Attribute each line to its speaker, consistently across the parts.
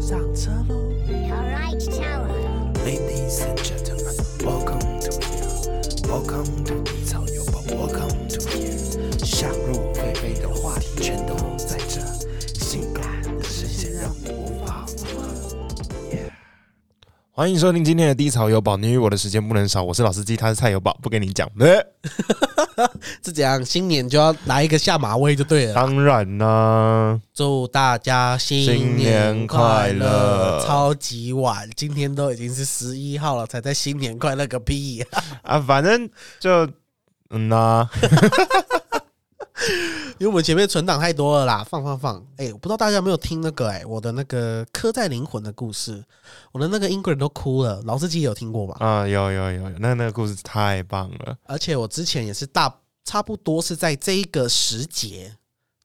Speaker 1: 上车喽
Speaker 2: Alright, tower.
Speaker 3: ，Ladies and gentlemen, welcome to here. Welcome to 低潮有宝，Welcome to here. 想入非非的话题全都在这，性感的声线让你无法负荷。
Speaker 4: 欢迎收听今天的低潮有宝，你与我的时间不能少。我是老司机，他是菜有宝，不跟你讲。呃
Speaker 1: 是怎样？啊新年就要来一个下马威就对了。
Speaker 4: 当然啦、
Speaker 1: 祝大家新
Speaker 4: 新
Speaker 1: 年
Speaker 4: 年
Speaker 1: 快
Speaker 4: 快
Speaker 1: 乐
Speaker 4: 乐！
Speaker 1: 超级晚，今天都已经是十一号了，才在新年快乐个屁呀、
Speaker 4: 啊，反正就嗯呐、
Speaker 1: 因为我们前面存档太多了啦，放放放。哎、我不知道大家有没有听那个哎、我的那个刻在灵魂的故事，我的那个英国人都哭了，老司机也有听过吧？
Speaker 4: 啊，有有有有，那那个故事太棒了，
Speaker 1: 而且我之前也是大差不多是在这一个时节，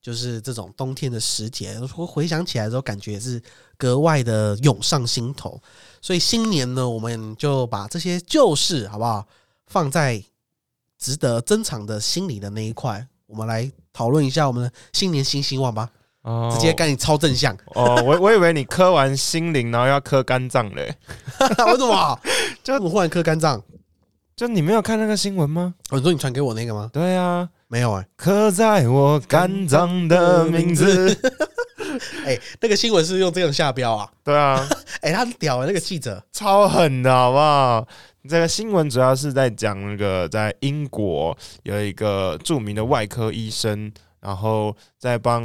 Speaker 1: 就是这种冬天的时节，我回想起来之后，感觉也是格外的涌上心头。所以新年呢，我们就把这些旧事好不好放在值得珍藏的心里的那一块，我们来讨论一下我们的新年新希望吧。
Speaker 4: 哦
Speaker 1: 直接干你超正向，
Speaker 4: 哦，我我以为你磕完心灵，然后要磕肝脏嘞，
Speaker 1: 为什么？
Speaker 4: 就
Speaker 1: 就我忽然磕肝脏，
Speaker 4: 就你没有看那个新闻吗？
Speaker 1: 哦你说你传给我那个吗？
Speaker 4: 对啊，
Speaker 1: 没有哎、
Speaker 4: 刻在我肝脏的名字。
Speaker 1: 哎、那个新闻是用这种下标啊？
Speaker 4: 对啊，
Speaker 1: 哎、他很屌哎、那个记者。
Speaker 4: 超狠的好不好？这个新闻主要是在讲那个在英国有一个著名的外科医生，然后在帮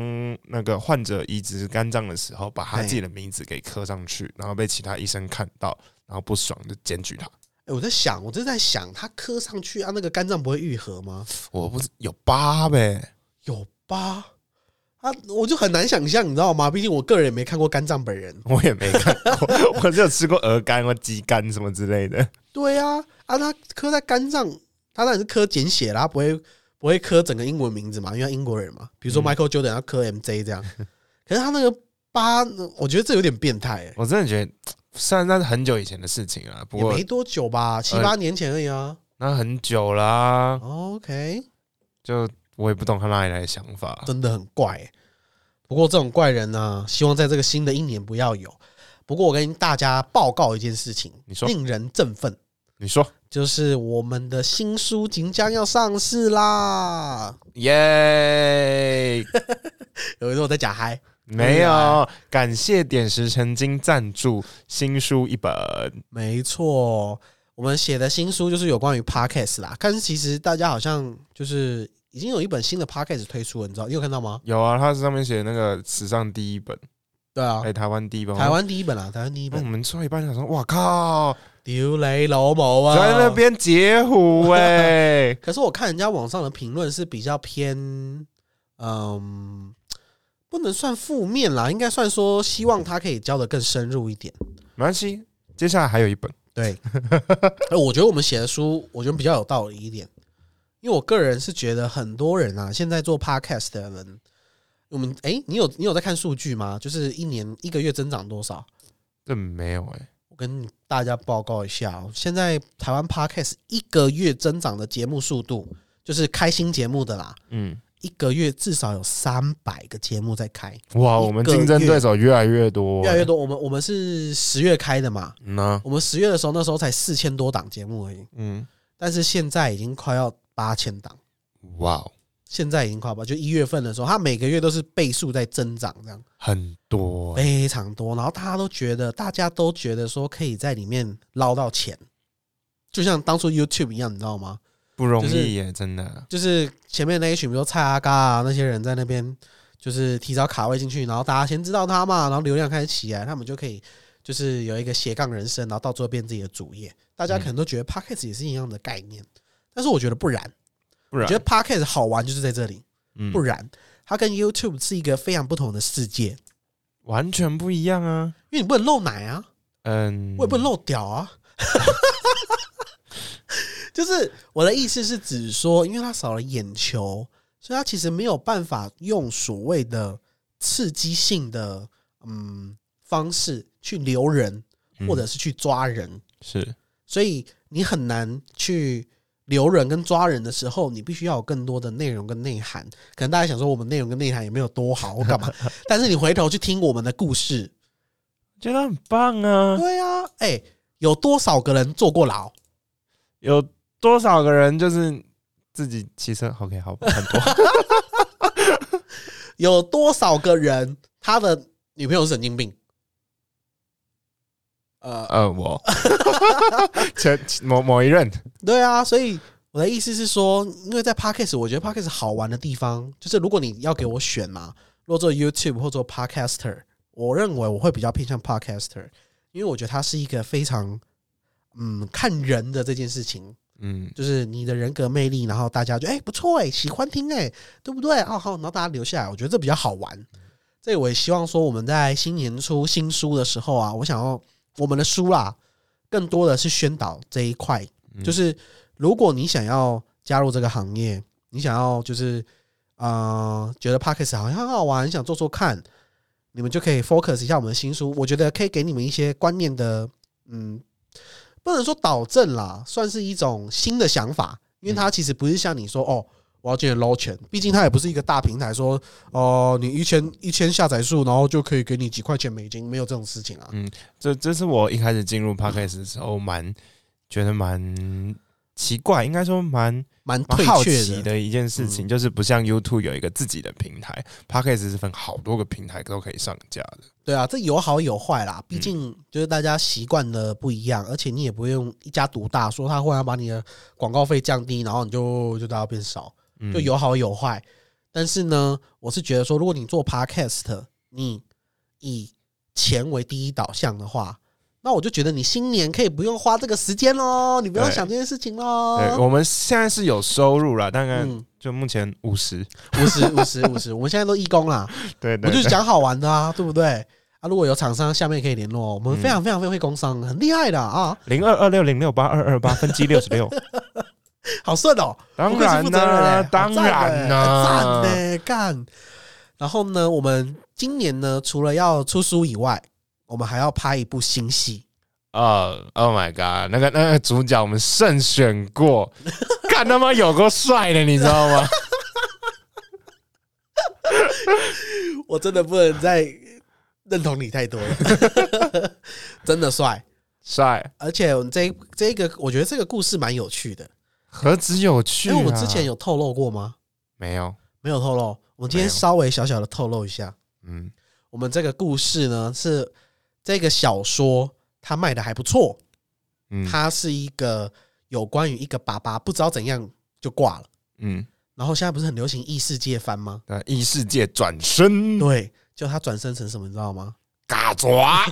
Speaker 4: 那个患者移植肝脏的时候，把他
Speaker 1: 嘿
Speaker 4: 自己的名字给刻上去，然后被其他医生看到，然后不爽就检举他。
Speaker 1: 哎、我在想，我真的在想，它磕上去啊，那个肝脏不会愈合吗？
Speaker 4: 我不是有疤呗？
Speaker 1: 有吧？啊，我就很难想象，你知道吗？毕竟我个人也没看过肝脏本人。
Speaker 4: 我也没看过，我只有吃过鹅肝或鸡肝什么之类的。
Speaker 1: 对啊，啊，它磕在肝脏，它当然是磕简写啦，它不会不会磕整个英文名字嘛，因为他英国人嘛。比如
Speaker 4: 嗯
Speaker 1: 说 Michael Jordan 要磕 MJ 这样，可是他那个疤，我觉得这有点变态、欸，
Speaker 4: 我真的觉得，虽然那是很久以前的事情啊，不
Speaker 1: 也
Speaker 4: 过呃
Speaker 1: 没多久吧，七八年前而已啊。
Speaker 4: 那很久啦、
Speaker 1: OK，
Speaker 4: 就我也不懂他哪里来的想法。
Speaker 1: 真的很怪、欸。不过这种怪人呢、希望在这个新的一年不要有。不过我跟大家报告一件事情，
Speaker 4: 你说
Speaker 1: 令人振奋，
Speaker 4: 你说，
Speaker 1: 就是我们的新书即将要上市啦！
Speaker 4: 耶！
Speaker 1: 有一次我在假嗨，
Speaker 4: 没有，感谢点石成金赞助新书一本。
Speaker 1: 没错，我们写的新书就是有关于 podcast 啦。但是其实大家好像就是已经有一本新的 podcast 推出了，你知道？你有看到吗？
Speaker 4: 有啊，它上面写那个史上第一本，
Speaker 1: 对啊
Speaker 4: 哎、，嗯台湾第一本。哦
Speaker 1: 台湾第一本啊，台湾第一
Speaker 4: 那我
Speaker 1: 本，
Speaker 4: 们做一半想说，哇靠，
Speaker 1: 丢雷老某啊，
Speaker 4: 在那边截胡 哎、
Speaker 1: 可是我看人家网上的评论是比较偏，嗯，不能算负面啦，应该算说希望他可以教的更深入一点。
Speaker 4: 没关系，接下来还有一本。
Speaker 1: 对，哎，我觉得我们写的书，我觉得比较有道理一点，因为我个人是觉得很多人啊，现在做 podcast 的人，我们哎、你有你有在看数据吗？就是一年一个月增长多少？
Speaker 4: 这没有哎、
Speaker 1: 我跟大家报告一下哦，现在台湾 podcast 一个月增长的节目速度，就是开新节目的啦，
Speaker 4: 嗯，
Speaker 1: 一个月至少有三百个节目在开，
Speaker 4: 哇，我们竞争对手越来越多、
Speaker 1: 越来越。多。我们我们是十月开的嘛，
Speaker 4: 嗯啊
Speaker 1: 我们十月的时候那时候才四千多档节目而已，
Speaker 4: 嗯，
Speaker 1: 但是现在已经快要八千档，
Speaker 4: 哇，
Speaker 1: 现在已经快吧，就一月份的时候，它每个月都是倍数在增长，这样
Speaker 4: 很多、欸。
Speaker 1: 非常多。然后大家都觉得，大家都觉得说可以在里面捞到钱，就像当初 YouTube 一样，你知道吗？
Speaker 4: 不容
Speaker 1: 就是
Speaker 4: 易耶、真的。
Speaker 1: 就是前面那一群，比如说蔡阿嘎啊那些人在那边，就是提早卡位进去，然后大家先知道他嘛，然后流量开始起来，他们就可以就是有一个斜杠人生，然后到最后变自己的主业。大家可能都觉得 podcast 也是一样的概念，但是我觉得嗯不然，
Speaker 4: 不
Speaker 1: 我
Speaker 4: 然
Speaker 1: 觉得 podcast 好玩就是在这里，
Speaker 4: 嗯
Speaker 1: 不然它跟 YouTube 是一个非常不同的世界，
Speaker 4: 完全不一样啊。
Speaker 1: 因为你不能露奶啊，
Speaker 4: 嗯，
Speaker 1: 我也不能露屌啊。 就是我的意思是指说，因为他少了眼球，所以他其实没有办法用所谓的刺激性的嗯方式去留人，
Speaker 4: 嗯
Speaker 1: 或者是去抓人，
Speaker 4: 是
Speaker 1: 所以你很难去留人跟抓人的时候，你必须要有更多的内容跟内涵。可能大 家想说我们内容跟内涵也没有多好或干嘛，但是你回头去听我们的故事，
Speaker 4: 觉得很 棒啊。
Speaker 1: 对啊，哎、有多少个人坐过牢？
Speaker 4: 有多少个人就是自己骑车？OK，好，很多。
Speaker 1: 有多少个人他的女朋友是神经病？呃，
Speaker 4: 呃， 我前某某一任，
Speaker 1: 对啊，所以我的意思是说，因为在 podcast，我觉得 podcast 好玩的地方就是，如果你要给我选嘛，若做 YouTube 或做 podcaster，我认为我会比较偏向 podcaster，因为我觉得它是一个非常嗯看人的这件事情，
Speaker 4: 嗯，
Speaker 1: 就是你的人格魅力，然后大家就哎、不错哎、喜欢听哎、对不对？哦好，然后大家留下来，我觉得这比较好玩。这我也希望说我们在新年出新书的时候啊，我想要我们的书啦，更多的是宣导这一块，
Speaker 4: 嗯
Speaker 1: 就是如果你想要加入这个行业，你想要就是呃觉得 p a c k e s 好像很好玩，想做做看，你们就可以 focus 一下我们的新书，我觉得可以给你们一些观念的嗯不能说导正啦，算是一种新的想法，因为
Speaker 4: 嗯
Speaker 1: 它其实不是像你说哦，我要进行捞钱，毕竟它也不是一个大平台说，哦、你一千一千下载数，然后就可以给你几块钱美金，没有这种事情啊。
Speaker 4: 这这是我一开始进入 podcast 的时候，蛮觉得蛮奇怪，应该说蛮
Speaker 1: 蛮
Speaker 4: 蛮
Speaker 1: 退
Speaker 4: 好
Speaker 1: 却嗯
Speaker 4: 奇，的一件事情，就是不像 YouTube 有一个自己的平台，podcast 是分好多个平台都可以上架的。
Speaker 1: 对啊，这有好有坏
Speaker 4: 嗯
Speaker 1: 啦，毕竟就是大家习惯的不一样，而且你也不用一家独大，说他忽然把你的广告费降低，然后你就就大家变少。
Speaker 4: 嗯
Speaker 1: 就有好有坏。但是呢，我是觉得说，如果你做 podcast，你以钱为第一导向的话，那我就觉得你新年可以不用花这个时间喽，你不用
Speaker 4: 对
Speaker 1: 想这件事情
Speaker 4: 对，
Speaker 1: 喽。
Speaker 4: 我们现在是有收入了，大概
Speaker 1: 嗯，
Speaker 4: 就目前五十。
Speaker 1: 五十五十五十，我们现在都义工啦，
Speaker 4: 对
Speaker 1: 我
Speaker 4: 对
Speaker 1: 就
Speaker 4: 对，
Speaker 1: 是讲好玩的啊，对不对？啊，如果有厂商下面可以联络哦，我
Speaker 4: 嗯
Speaker 1: 们非常非常非常会工商，很厉害的啊，
Speaker 4: 零二二六零六八二二八分机六十六。
Speaker 1: 好顺哦。
Speaker 4: 当
Speaker 1: 不愧是
Speaker 4: 然
Speaker 1: 负责欸人
Speaker 4: 啦，
Speaker 1: 嘞
Speaker 4: 当然啦
Speaker 1: 赞，呢，干。然后呢，我们今年呢，除了要出书以外，我们还要拍一部新戏。
Speaker 4: 呃，Oh my God，那个那个主角我们慎选过， 看他妈有够帅的，你知道 吗？
Speaker 1: 我真的不能再认同你太多了， 真的帅。
Speaker 4: 帅，
Speaker 1: 而且我们这这个，我觉得这个故事蛮有趣的。
Speaker 4: 何止有趣、
Speaker 1: 因
Speaker 4: 啊？
Speaker 1: 哎为我们之前有透露过吗？
Speaker 4: 没有？
Speaker 1: 没有透露，我今天
Speaker 4: 没有
Speaker 1: 稍微小小的透露一下。
Speaker 4: 嗯，
Speaker 1: 我们这个故事呢，是这个小说它卖的还不错，
Speaker 4: 嗯
Speaker 1: 它是一个有关于一个爸爸不知道怎样就挂了，
Speaker 4: 嗯，
Speaker 1: 然后现在不是很流行异世界番吗？
Speaker 4: 呃，异世界转身，
Speaker 1: 对，就他转身成什么，你知道吗？
Speaker 4: 嘎抓，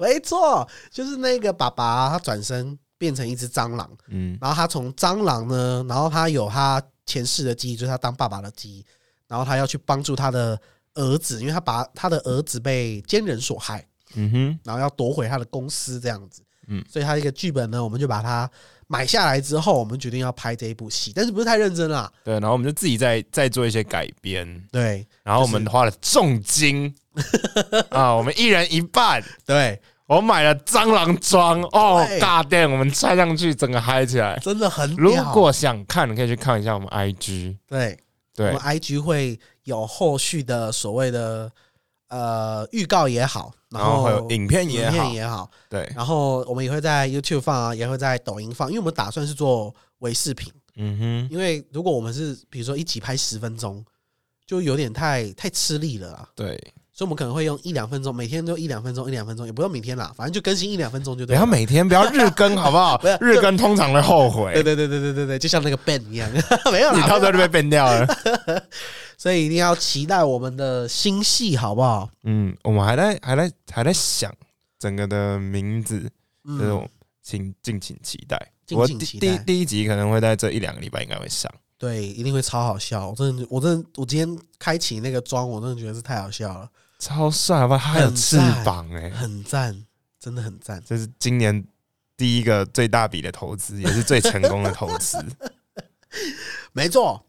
Speaker 1: 没错，就是那个爸爸他转身变成一只蟑螂，
Speaker 4: 嗯
Speaker 1: 然后他从蟑螂呢，然后他有他前世的记忆，就是他当爸爸的记忆，然后他要去帮助他的儿子，因为他把他的儿子被奸人所害，
Speaker 4: 嗯哼，
Speaker 1: 然后要夺回他的公司这样子。
Speaker 4: 嗯
Speaker 1: 所以他一个剧本呢，我们就把它买下来之后，我们决定要拍这一部戏，但是不是太认真啦。
Speaker 4: 对，然后我们就自己再再做一些改编，
Speaker 1: 对
Speaker 4: 然后我们花了 重金啊，我们一人一半。
Speaker 1: 对，
Speaker 4: 我买了蟑螂装哦
Speaker 1: 对，
Speaker 4: 大店我们穿上去，整个嗨起来。
Speaker 1: 真的很
Speaker 4: 如
Speaker 1: 屌
Speaker 4: 果想看，你可以去看一下我们 IG。
Speaker 1: 对，我
Speaker 4: 对
Speaker 1: 们，IG 会有后续的所谓的呃预告也好，然
Speaker 4: 然后
Speaker 1: 后
Speaker 4: 会有影片也
Speaker 1: 影
Speaker 4: 好
Speaker 1: 片，也好，
Speaker 4: 对，
Speaker 1: 然后我们也会在 YouTube 放啊，也会在抖音放，因为我们打算是做微视频，
Speaker 4: 嗯哼，
Speaker 1: 因为如果我们是比如说一集拍十分钟，就有点太太吃力了啦。
Speaker 4: 对。
Speaker 1: 所以我们可能会用一两分钟，每天都一两分钟，一两分钟，也不用每天啦，反正就更新一两分钟就
Speaker 4: 不
Speaker 1: 对
Speaker 4: 要
Speaker 1: 了。
Speaker 4: 每天，不要日更，好不好
Speaker 1: 不是？
Speaker 4: 日更通常会后
Speaker 1: 对
Speaker 4: 悔，
Speaker 1: 对对对对对对，就像那个 Ben 一样， 没有
Speaker 4: 你
Speaker 1: 啦，
Speaker 4: 到时候就被变掉 了。
Speaker 1: 所以一定要期待我们的新戏，好不好？
Speaker 4: 嗯，我们还在还在还在想整个的名字，
Speaker 1: 嗯
Speaker 4: 这种请敬请期待。
Speaker 1: 敬
Speaker 4: 我
Speaker 1: 请
Speaker 4: 第
Speaker 1: 期
Speaker 4: 第
Speaker 1: 待。
Speaker 4: 第一集可能会在这一两个礼拜应该会上。
Speaker 1: 对，一定会超好笑。我真的，我真的，我今天开启那个妆，我真的觉得是太好笑了，
Speaker 4: 超帅，好不好？它还有
Speaker 1: 很
Speaker 4: 翅
Speaker 1: 赞
Speaker 4: 膀哎，
Speaker 1: 很赞，真的很赞。
Speaker 4: 这是今年第一个最大笔的投资，也是最成功的投 资。
Speaker 1: 没错，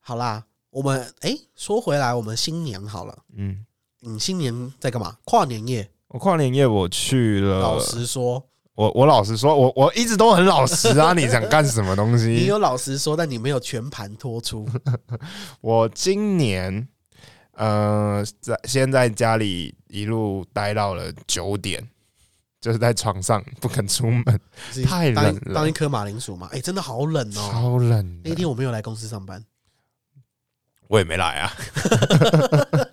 Speaker 1: 好啦，我们诶，说回来，我们新年好了，
Speaker 4: 嗯，
Speaker 1: 你新年在干嘛？跨年夜，
Speaker 4: 我跨年夜我去了
Speaker 1: 老，实说，
Speaker 4: 我我老实说，我我一直都很老实啊。你想干什么东
Speaker 1: 你
Speaker 4: 西？
Speaker 1: 有老实说，但你没有全盘托出。
Speaker 4: 我今年呃，在先在家里一路待到了九点，就是在床上不肯出门，
Speaker 1: 就是
Speaker 4: 太冷
Speaker 1: 当
Speaker 4: 了
Speaker 1: 当一颗马铃薯嘛，哎、真的好冷哦。
Speaker 4: 超冷的。
Speaker 1: 那天我没有来公司上班，
Speaker 4: 我也没来啊。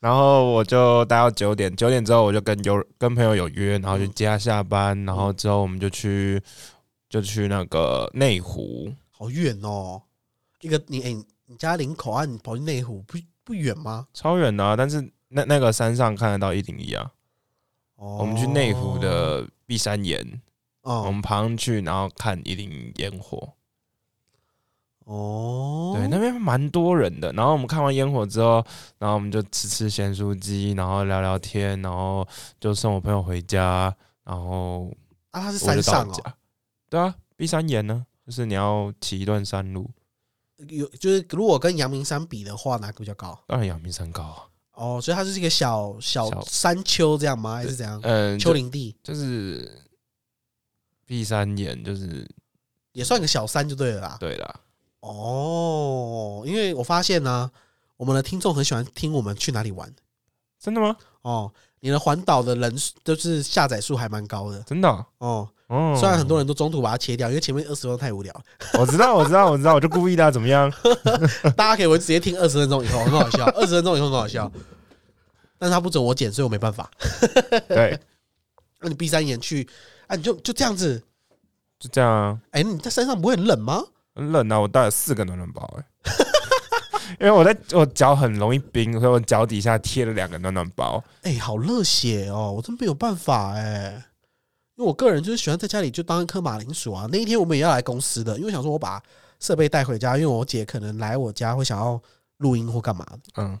Speaker 4: 然后我就待到九点，九点之后我就跟有跟朋友有约，然后就接他下班，然后之后我们就去就去那个内湖，
Speaker 1: 好远哦。一个你哎、你家林口啊，你跑去内湖不不远吗？
Speaker 4: 超远的、啊，但是那那个山上看得到一零一啊。
Speaker 1: 哦，
Speaker 4: 我们去内湖的碧山岩，我
Speaker 1: 哦
Speaker 4: 们爬上去，然后看一零烟火，
Speaker 1: 哦，
Speaker 4: 对，那边蛮多人的。然后我们看完烟火之后，然后我们就吃吃咸酥鸡，然后聊聊天，然后就送我朋友回家，然后
Speaker 1: 啊，它是
Speaker 4: 我就
Speaker 1: 山
Speaker 4: 到
Speaker 1: 上哦，
Speaker 4: 家。对啊，碧山岩呢，就是你要骑一段山路，
Speaker 1: 有就是如果跟阳明山比的话，哪个比较高？
Speaker 4: 当然阳明山高啊。
Speaker 1: 哦，所以它就是一个小小
Speaker 4: 小
Speaker 1: 山丘这样吗？还是怎样？
Speaker 4: 嗯，
Speaker 1: 丘
Speaker 4: 就
Speaker 1: 陵地
Speaker 4: 就是碧山岩，就是
Speaker 1: 也算个小山就对了啦。
Speaker 4: 对啦，
Speaker 1: 哦，因为我发现呢、我们的听众很喜欢听我们去哪里玩
Speaker 4: 真的吗？
Speaker 1: 哦。你的环岛的人数就是下载数还蛮高的
Speaker 4: 真的哦
Speaker 1: 哦，
Speaker 4: 哦，
Speaker 1: 虽然很多人都中途把它切掉，因为前面二十分钟太无聊 了，
Speaker 4: 我知道，我知道，我知道，我就故意的啊，怎么样？
Speaker 1: 大家可以我直接听二十分钟以后，很好笑， 二十分钟以后很好笑，但是他不准我剪，所以我没办法。
Speaker 4: 对，
Speaker 1: 那你闭三眼去，啊，你就就这样子，
Speaker 4: 就这样啊。
Speaker 1: 哎、你在山上不会很冷吗？
Speaker 4: 很冷啊，我带了四个暖暖包哎、 因为我在我脚很容易冰，所以我脚底下贴了两个暖暖包。
Speaker 1: 哎、好热血哦，我真没有办法哎、因为我个人就是喜欢在家里就当一颗马铃薯啊。那一天我们也要来公司的，因为想说我把设备带回家，因为我姐可能来我家会想要录音或干嘛的。
Speaker 4: 嗯，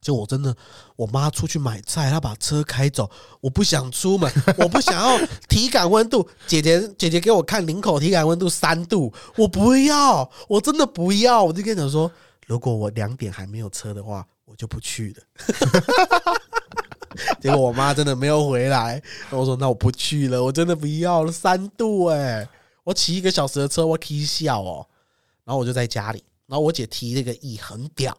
Speaker 1: 就我真的，我妈出去买菜，她把车开走，我不想出门， 我不想要体感温度。姐姐姐姐给我看领口体感温度三度，我不要，我真的不要。我就跟她讲说，如果我两点还没有车的话，我就不去了。 结果我妈真的没有回来，我说那我不去了，我真的不要了，三度哎、我骑一个小时的车，我踢笑哦。然后我就在家里，然后我姐提那个意很屌，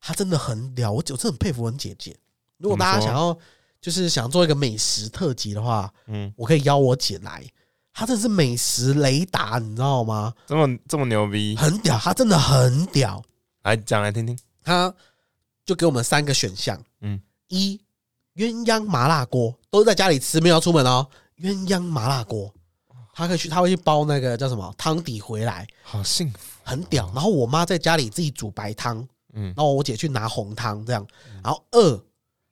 Speaker 1: 她真的很屌，我姐我真的很佩服我姐姐。如果大家
Speaker 4: 怎
Speaker 1: 想
Speaker 4: 么
Speaker 1: 要就是想做一个美食特辑的话，
Speaker 4: 嗯，
Speaker 1: 我可以邀我姐来，她真的是美食雷达，你知道吗？
Speaker 4: 这么这么牛逼，
Speaker 1: 很屌，她真的很屌。
Speaker 4: 来讲来听听。
Speaker 1: 他就给我们三个选项，嗯
Speaker 4: 嗯，
Speaker 1: 一鸳鸯麻辣锅都是在家里吃，没有要出门哦。鸳鸯麻辣锅，他可以去，他会去包那个叫什么汤底回来，
Speaker 4: 好幸福，
Speaker 1: 很屌。然后我妈在家里自己煮白汤，
Speaker 4: 嗯
Speaker 1: 然，后我姐去拿红汤这样。然后二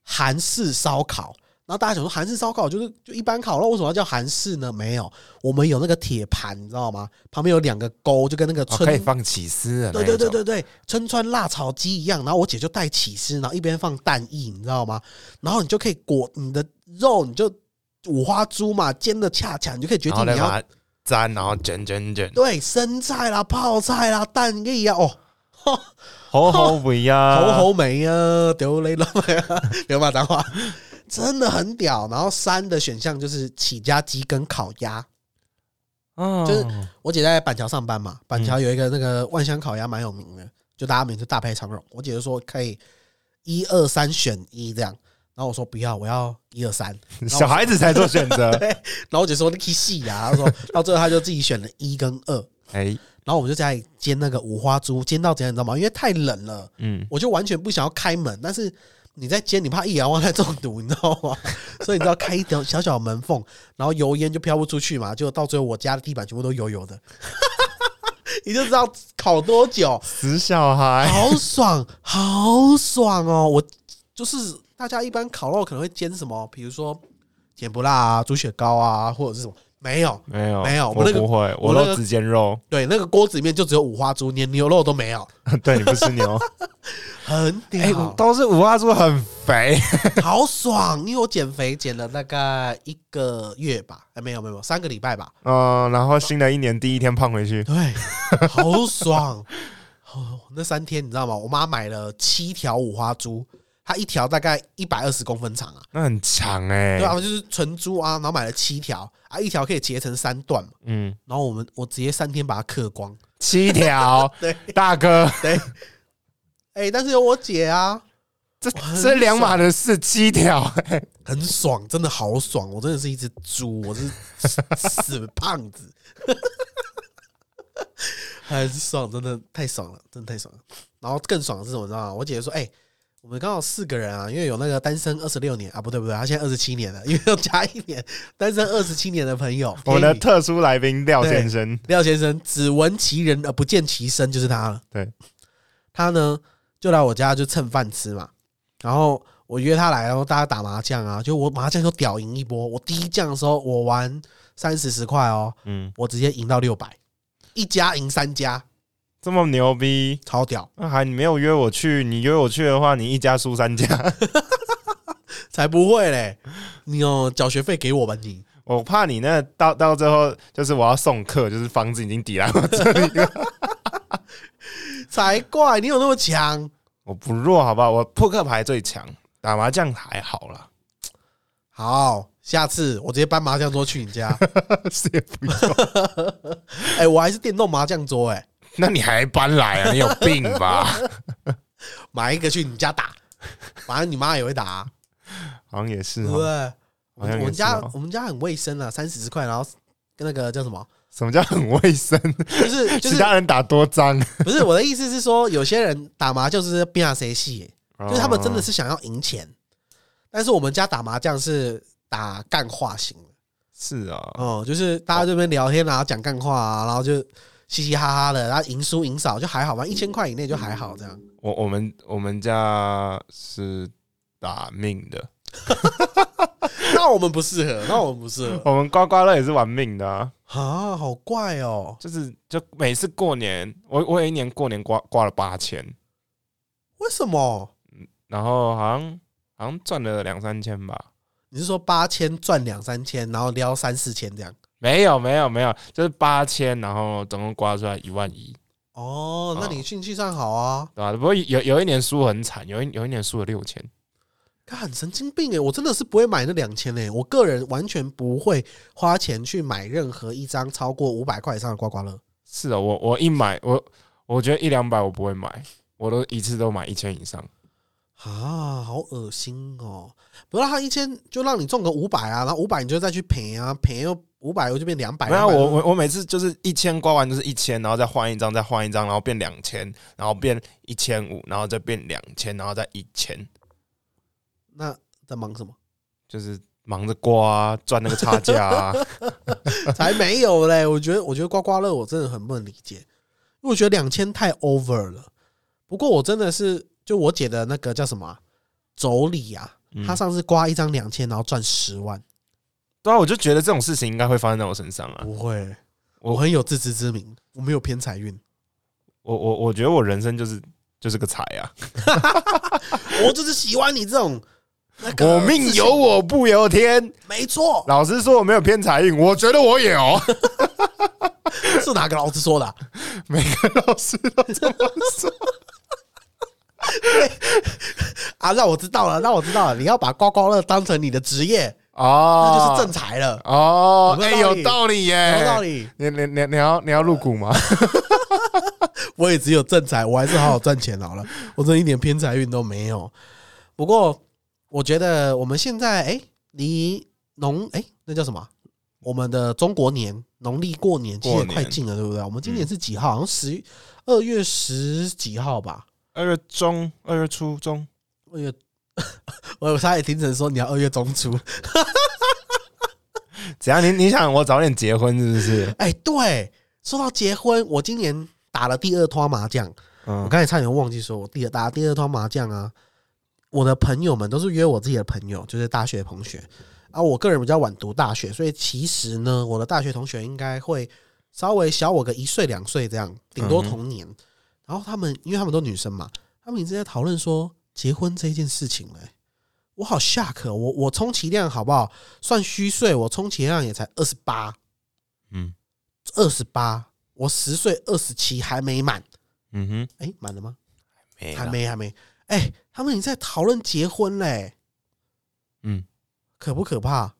Speaker 1: 韩式烧烤，然后大家想说韩式烧烤就是就一般烤肉，为什么要叫韩式呢？没有，我们有那个铁盘，你知道吗？旁边有两个钩，就跟那个
Speaker 4: 哦、
Speaker 1: 春、
Speaker 4: 可以放起司的那
Speaker 1: 对
Speaker 4: 一种
Speaker 1: 对对对对，春川辣炒鸡一样。然后我姐就带起司，然后一边放蛋液，你知道吗？然后你就可以裹你的肉，你就五花猪嘛，煎的恰恰，你就可以决定
Speaker 4: 然后再
Speaker 1: 你要
Speaker 4: 把它粘，然后卷卷卷，
Speaker 1: 对生菜啦、泡菜啦、蛋液啊，哦。
Speaker 4: 好好不 呀，
Speaker 1: 好好美啊，丢雷了 没啊？别骂脏话，真的很屌。然后三的选项就是起家鸡跟烤鸭。
Speaker 4: 好
Speaker 1: 就是我姐在板桥上班嘛，板桥有一个那个万香烤鸭蛮有名的，就大家每次大排长龙。我姐就说可以一二三选一这样，然后我说不要，我要一二三。
Speaker 4: 小孩子才做选择。
Speaker 1: 然后我姐说你可以细呀，她说到最后她就自己选了一跟二。
Speaker 4: 哎，
Speaker 1: 然后我们就在煎那个五花猪，煎到怎样你知道吗？因为太冷了，
Speaker 4: 嗯，
Speaker 1: 我就完全不想要开门，但是你在煎，你怕一氧化碳中毒，你知道吗？ 所以你知道开一条小小的门缝，然后油烟就飘不出去嘛，就到最后我家的地板全部都油油的， 你就知道烤多久，
Speaker 4: 死小孩，
Speaker 1: 好爽，好爽哦！我就是大家一般烤肉可能会煎什么，比如说甜不辣啊、猪血糕啊，或者是什么，没有，
Speaker 4: 没有
Speaker 1: 没有我
Speaker 4: 我
Speaker 1: 那个
Speaker 4: 不会，
Speaker 1: 我
Speaker 4: 我
Speaker 1: 那
Speaker 4: 都
Speaker 1: 个
Speaker 4: 只 煎肉，
Speaker 1: 对，那个锅子里面就只有五花猪，连牛肉都没有，
Speaker 4: 对你不吃牛，
Speaker 1: 很屌。
Speaker 4: 哎，我都是五花猪很 肥，
Speaker 1: 好爽！因为我减肥减了大概一个月吧，哎，没有没有，三个礼拜吧。
Speaker 4: 嗯，然后新的一年第一天胖回去，
Speaker 1: 对，好爽！哦，那三天你知道吗？我妈买了七条五花猪，它一条大概一百二十公分长啊，
Speaker 4: 那很长哎、
Speaker 1: 对啊，就是纯猪啊，然后买了七条啊，一条可以截成三段嘛，
Speaker 4: 嗯，
Speaker 1: 然后我们我直接三天把它嗑光。
Speaker 4: 七条
Speaker 1: ，对
Speaker 4: 大哥，
Speaker 1: 对，哎、但是有我姐啊，
Speaker 4: 这这两码的事七条、 哎
Speaker 1: 很爽，真的好爽！我真的是一只猪，我是死胖子， 很爽，真的太爽了，真的太爽了。然后更爽的是什么？你知道吗？我姐姐说：“哎、我们刚好四个人啊，因为有那个单身二十六年啊，不对不对，他现在二十七年了，因为要加一年，单身二十七年的朋友，
Speaker 4: 我们的
Speaker 1: 佩宇
Speaker 4: 特殊来宾廖先生，
Speaker 1: 廖先生只闻其人而不见其声，就是他了。
Speaker 4: 对，
Speaker 1: 他呢就来我家就蹭饭吃嘛，然后我约他来，然后大家打麻将啊，就我麻将就屌赢一波。我第一将的时候，我玩三四十块哦，
Speaker 4: 嗯，
Speaker 1: 我直接赢到六百，一家赢三家，
Speaker 4: 这么牛逼，
Speaker 1: 超屌，
Speaker 4: 那、还你没有约我去，你约我去的话，你一家输三家，
Speaker 1: 才不会嘞！你有缴学费给我吧你。
Speaker 4: 我怕你那到到最后就是我要送客，就是房子已经抵来我这里了，
Speaker 1: 才怪！你有那么强？
Speaker 4: 我不弱好不好？我扑克牌最强，打麻将还好啦，
Speaker 1: 好，下次我直接搬麻将桌去你家。
Speaker 4: 是也不用。
Speaker 1: 哎、我还是电动麻将桌、哎，
Speaker 4: 那你还搬来啊？你有病 吧？
Speaker 1: 买一个去你家打，反正你妈也会打啊、
Speaker 4: 好像也是
Speaker 1: 对不
Speaker 4: 哦。
Speaker 1: 对？我
Speaker 4: 好像
Speaker 1: 们我
Speaker 4: 也
Speaker 1: 们
Speaker 4: 是
Speaker 1: 家
Speaker 4: 哦
Speaker 1: 我们家很卫生啊，三十块，然后跟那个叫什么，
Speaker 4: 什么叫很卫生？
Speaker 1: 就是就
Speaker 4: 其
Speaker 1: 是
Speaker 4: 他人打多脏，
Speaker 1: 不是我的意思是说，有些人打麻将就是变谁戏， 就是他们真的
Speaker 4: 哦
Speaker 1: 是想要赢钱，但是我们家打麻将是打干话型的，
Speaker 4: 是啊，
Speaker 1: 哦、就是大家这边聊天啊，讲干话啊，然后就嘻嘻哈哈的，然后赢输赢少就还好嘛，一千块以内就还好这样。
Speaker 4: 我我们我们家是打命的，
Speaker 1: 那我们不适合，那我们不适合
Speaker 4: 我们刮刮乐也是玩命的啊，
Speaker 1: 啊，好怪哦，
Speaker 4: 就是就每次过年，我我有一年过年刮刮了八千，
Speaker 1: 为什么？
Speaker 4: 然后好像好像赚了两三千吧，
Speaker 1: 你是说八千赚两三千，然后撩三四千这样？
Speaker 4: 没有没有没有，就是八千，然后总共刮出来一万一，
Speaker 1: 哦，那
Speaker 4: 哦
Speaker 1: 你运气算好啊！
Speaker 4: 对吧、不过有有一年输很惨，有一有一年输了六千，
Speaker 1: 看神经病哎、我真的是不会买那两千哎，我个人完全不会花钱去买任何一张超过五百块以上的刮刮乐。
Speaker 4: 是啊，我我一买我我觉得一两百我不会买，我都一次都买一千以上。
Speaker 1: 啊，好恶心哦！不让他一千就让你中个五百啊，然后五百你就再去赔啊，赔又五百又就变两百。啊
Speaker 4: 没有，啊
Speaker 1: 200
Speaker 4: 我我我每次就是一千刮完就是一千，然后再换一张，再换一张，然后变两千，然后变一千五，然后再变两千，然后再一千，
Speaker 1: 那在忙什么？
Speaker 4: 就是忙着刮赚那个差价、 啊。
Speaker 1: 才没有嘞！我觉得，我觉得刮刮乐我真的很不能理解，因为我觉得两千太 over 了。不过我真的是，就我姐的那个叫什么啊妯娌啊，
Speaker 4: 嗯
Speaker 1: 她上次刮一张两千，然后赚十万，
Speaker 4: 对啊，我就觉得这种事情应该会发生在我身上啊。
Speaker 1: 不会，
Speaker 4: 我
Speaker 1: 我很有自知之明，我没有偏财运，
Speaker 4: 我我我觉得我人生就是就是个财啊，
Speaker 1: 我就是喜欢你这种。那个
Speaker 4: 我命
Speaker 1: 自信
Speaker 4: 由，我不由天。
Speaker 1: 没错，
Speaker 4: 老师说我没有偏财运，我觉得我 有。
Speaker 1: 是哪个老师说的啊、
Speaker 4: 每个老师都这么说。
Speaker 1: 啊？那我知道了，那我知道了，你要把刮刮乐当成你的职业，那
Speaker 4: 哦，
Speaker 1: 就是正财了，
Speaker 4: 哦，
Speaker 1: 有没
Speaker 4: 哎、
Speaker 1: 有道理
Speaker 4: 有道理耶，
Speaker 1: 有道。理。
Speaker 4: 你你你你要你要入股吗？
Speaker 1: 我也只有正财，我还是好好赚钱好了。 我真的一点偏财运都没有。不过我觉得我们现在哎，离农哎那叫什么啊？我们的中国年农历过年其实也
Speaker 4: 过年嗯
Speaker 1: 快近了，对不对？我们今年是几号？好像十二月十几号吧。
Speaker 4: 二月中，二月初中，
Speaker 1: 二月， 我差点听成说你要二月中出。
Speaker 4: 怎样？你你想我早点结婚是不是？
Speaker 1: 哎，对，说到结婚，我今年打了第二拖麻将。我
Speaker 4: 嗯，
Speaker 1: 刚才差点忘记说，我第二打第二套麻将啊，我的朋友们都是约我自己的朋友，就是大学同学啊。我个人比较晚读大学，所以其实呢，我的大学同学应该会稍微小我个一岁两岁这样，顶多
Speaker 4: 嗯哼
Speaker 1: 同年。然后他们，因为他们都女生嘛，他们一直在讨论说结婚这件事情嘞、我好 shock，哦我我充其量好不好？算虚岁，我充其量也才二十八，
Speaker 4: 嗯
Speaker 1: 二十八，我十岁二十七还没满，
Speaker 4: 嗯哼，
Speaker 1: 哎、满了吗？
Speaker 4: 没
Speaker 1: 还没还没，哎、他们已经在讨论结婚嘞、
Speaker 4: 嗯，
Speaker 1: 可不可怕？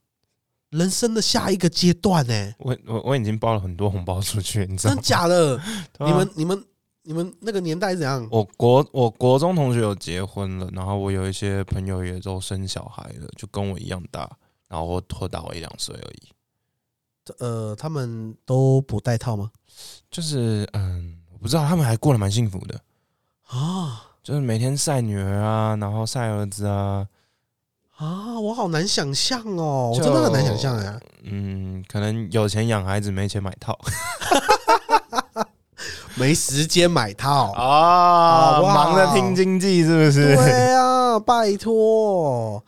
Speaker 1: 人生的下一个阶段呢、
Speaker 4: 我我我已经包了很多红包出去，你知道
Speaker 1: 真
Speaker 4: 吗？
Speaker 1: 假的？
Speaker 4: 对啊
Speaker 1: 你们你们你们那个年代是怎样？
Speaker 4: 我国我国中同学有结婚了，然后我有一些朋友也都生小孩了，就跟我一样大，然后我拖大我一两岁而已。
Speaker 1: 呃，他们都不戴套吗？
Speaker 4: 就是嗯，我不知道他们还过得蛮幸福的，
Speaker 1: 啊
Speaker 4: 就是每天晒女儿啊，然后晒儿子啊，
Speaker 1: 啊，我好难想象哦，我
Speaker 4: 就
Speaker 1: 真的很难想象哎。
Speaker 4: 嗯，可能有钱养孩子，没钱买套
Speaker 1: 没时间买套。
Speaker 4: 啊
Speaker 1: 好不好
Speaker 4: 忙着拼经济是不是？
Speaker 1: 对啊，拜托，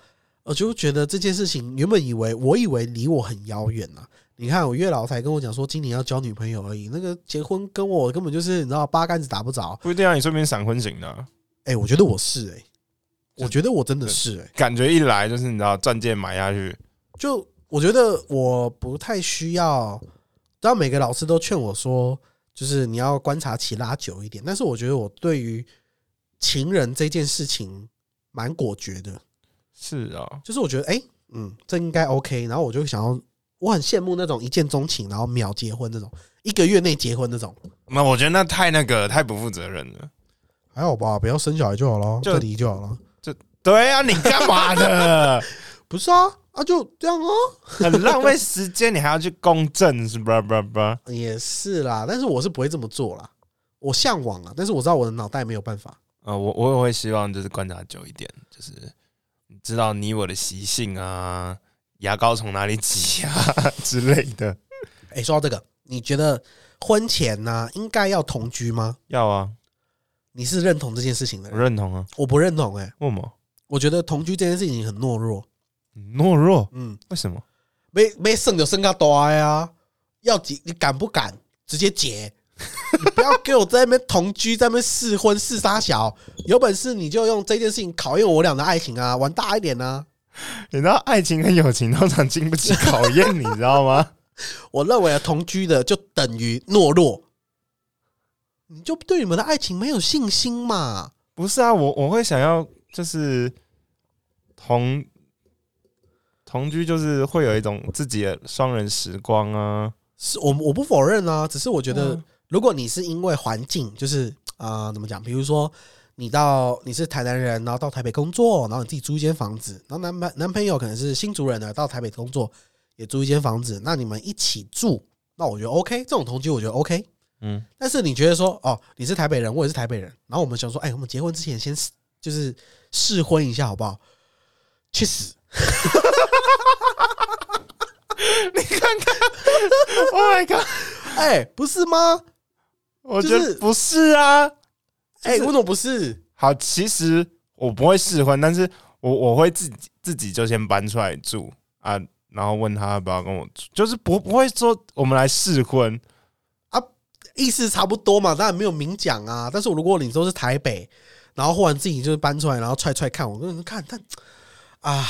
Speaker 1: 我就觉得这件事情原本以为我以为离我很遥远啊。你看，我月老才跟我讲说今年要交女朋友而已，那个结婚跟我根本就是你知道八竿子打不着。
Speaker 4: 不一定啊，你说不定闪婚型的啊、
Speaker 1: 哎、我觉得我是哎、我觉得我真的是哎、
Speaker 4: 感觉一来就是你知道钻戒买下去，
Speaker 1: 就我觉得我不太需要，当然每个老师都劝我说，就是你要观察期拉久一点。但是我觉得我对于情人这件事情蛮果决的，
Speaker 4: 是啊，
Speaker 1: 就是我觉得哎、诶嗯，这应该 OK。然后我就想要，我很羡慕那种一见钟情，然后秒结婚那种，一个月内结婚那种。
Speaker 4: 那我觉得那太那个太不负责任了。
Speaker 1: 还好吧，不要生小孩就好了，
Speaker 4: 就
Speaker 1: 就离就好了。
Speaker 4: 对啊，你干嘛的？
Speaker 1: 不是啊，啊就这样啊，
Speaker 4: 很浪费时间，你还要去公证是吧吧吧？
Speaker 1: 也是啦。但是我是不会这么做啦，我向往啊，但是我知道我的脑袋没有办法。
Speaker 4: 啊，我我也会希望就是观察久一点，就是知道你我的习性啊，牙膏从哪里挤啊 之类的。
Speaker 1: 哎、说到这个，你觉得婚前呢、应该要同居吗？
Speaker 4: 要啊，
Speaker 1: 你是认同这件事情的
Speaker 4: 我
Speaker 1: 人？
Speaker 4: 认同啊。
Speaker 1: 我不认同、哎，
Speaker 4: 为什么？
Speaker 1: 我觉得同居这件事情很懦弱。
Speaker 4: 懦弱？
Speaker 1: 嗯，
Speaker 4: 为什么？
Speaker 1: 没没剩就剩个多呀，啊要结你敢不敢直接结？你不要给我在那边同居，在那边试婚试杀小，有本事你就用这件事情考验我俩的爱情啊，玩大一点啊！
Speaker 4: 你知道爱情跟友情通常经不起考验，你知道吗？
Speaker 1: 我认为啊同居的就等于懦弱，你就对你们的爱情没有信心嘛？
Speaker 4: 不是啊，我我会想要就是同同居，就是会有一种自己的双人时光啊。
Speaker 1: 是我我不否认啊，只是我觉得
Speaker 4: 嗯，
Speaker 1: 如果你是因为环境，就是啊、呃怎么讲？比如说你到你是台南人，然后到台北工作，然后你自己租一间房子，然后男朋男朋友可能是新竹人的，到台北工作也租一间房子，那你们一起住，那我觉得 OK，这种同居我觉得 OK。
Speaker 4: 嗯，
Speaker 1: 但是你觉得说，哦，你是台北人，我也是台北人，然后我们想说，哎，我们结婚之前先试就是试婚一下好不好？去死！
Speaker 4: Oh my god！
Speaker 1: 哎、不是吗？
Speaker 4: 我
Speaker 1: 就
Speaker 4: 觉得
Speaker 1: 是
Speaker 4: 不是啊。
Speaker 1: 哎、为什么不是？
Speaker 4: 好，其实我不会试婚，但是我我会自己自己就先搬出来住啊，然后问他要不要跟我住，就是不不会说我们来试婚。
Speaker 1: 意思差不多嘛，当然没有明讲啊。但是如果你都是台北，然后忽然自己就是搬出来，然后踹踹看，我跟你说看，但啊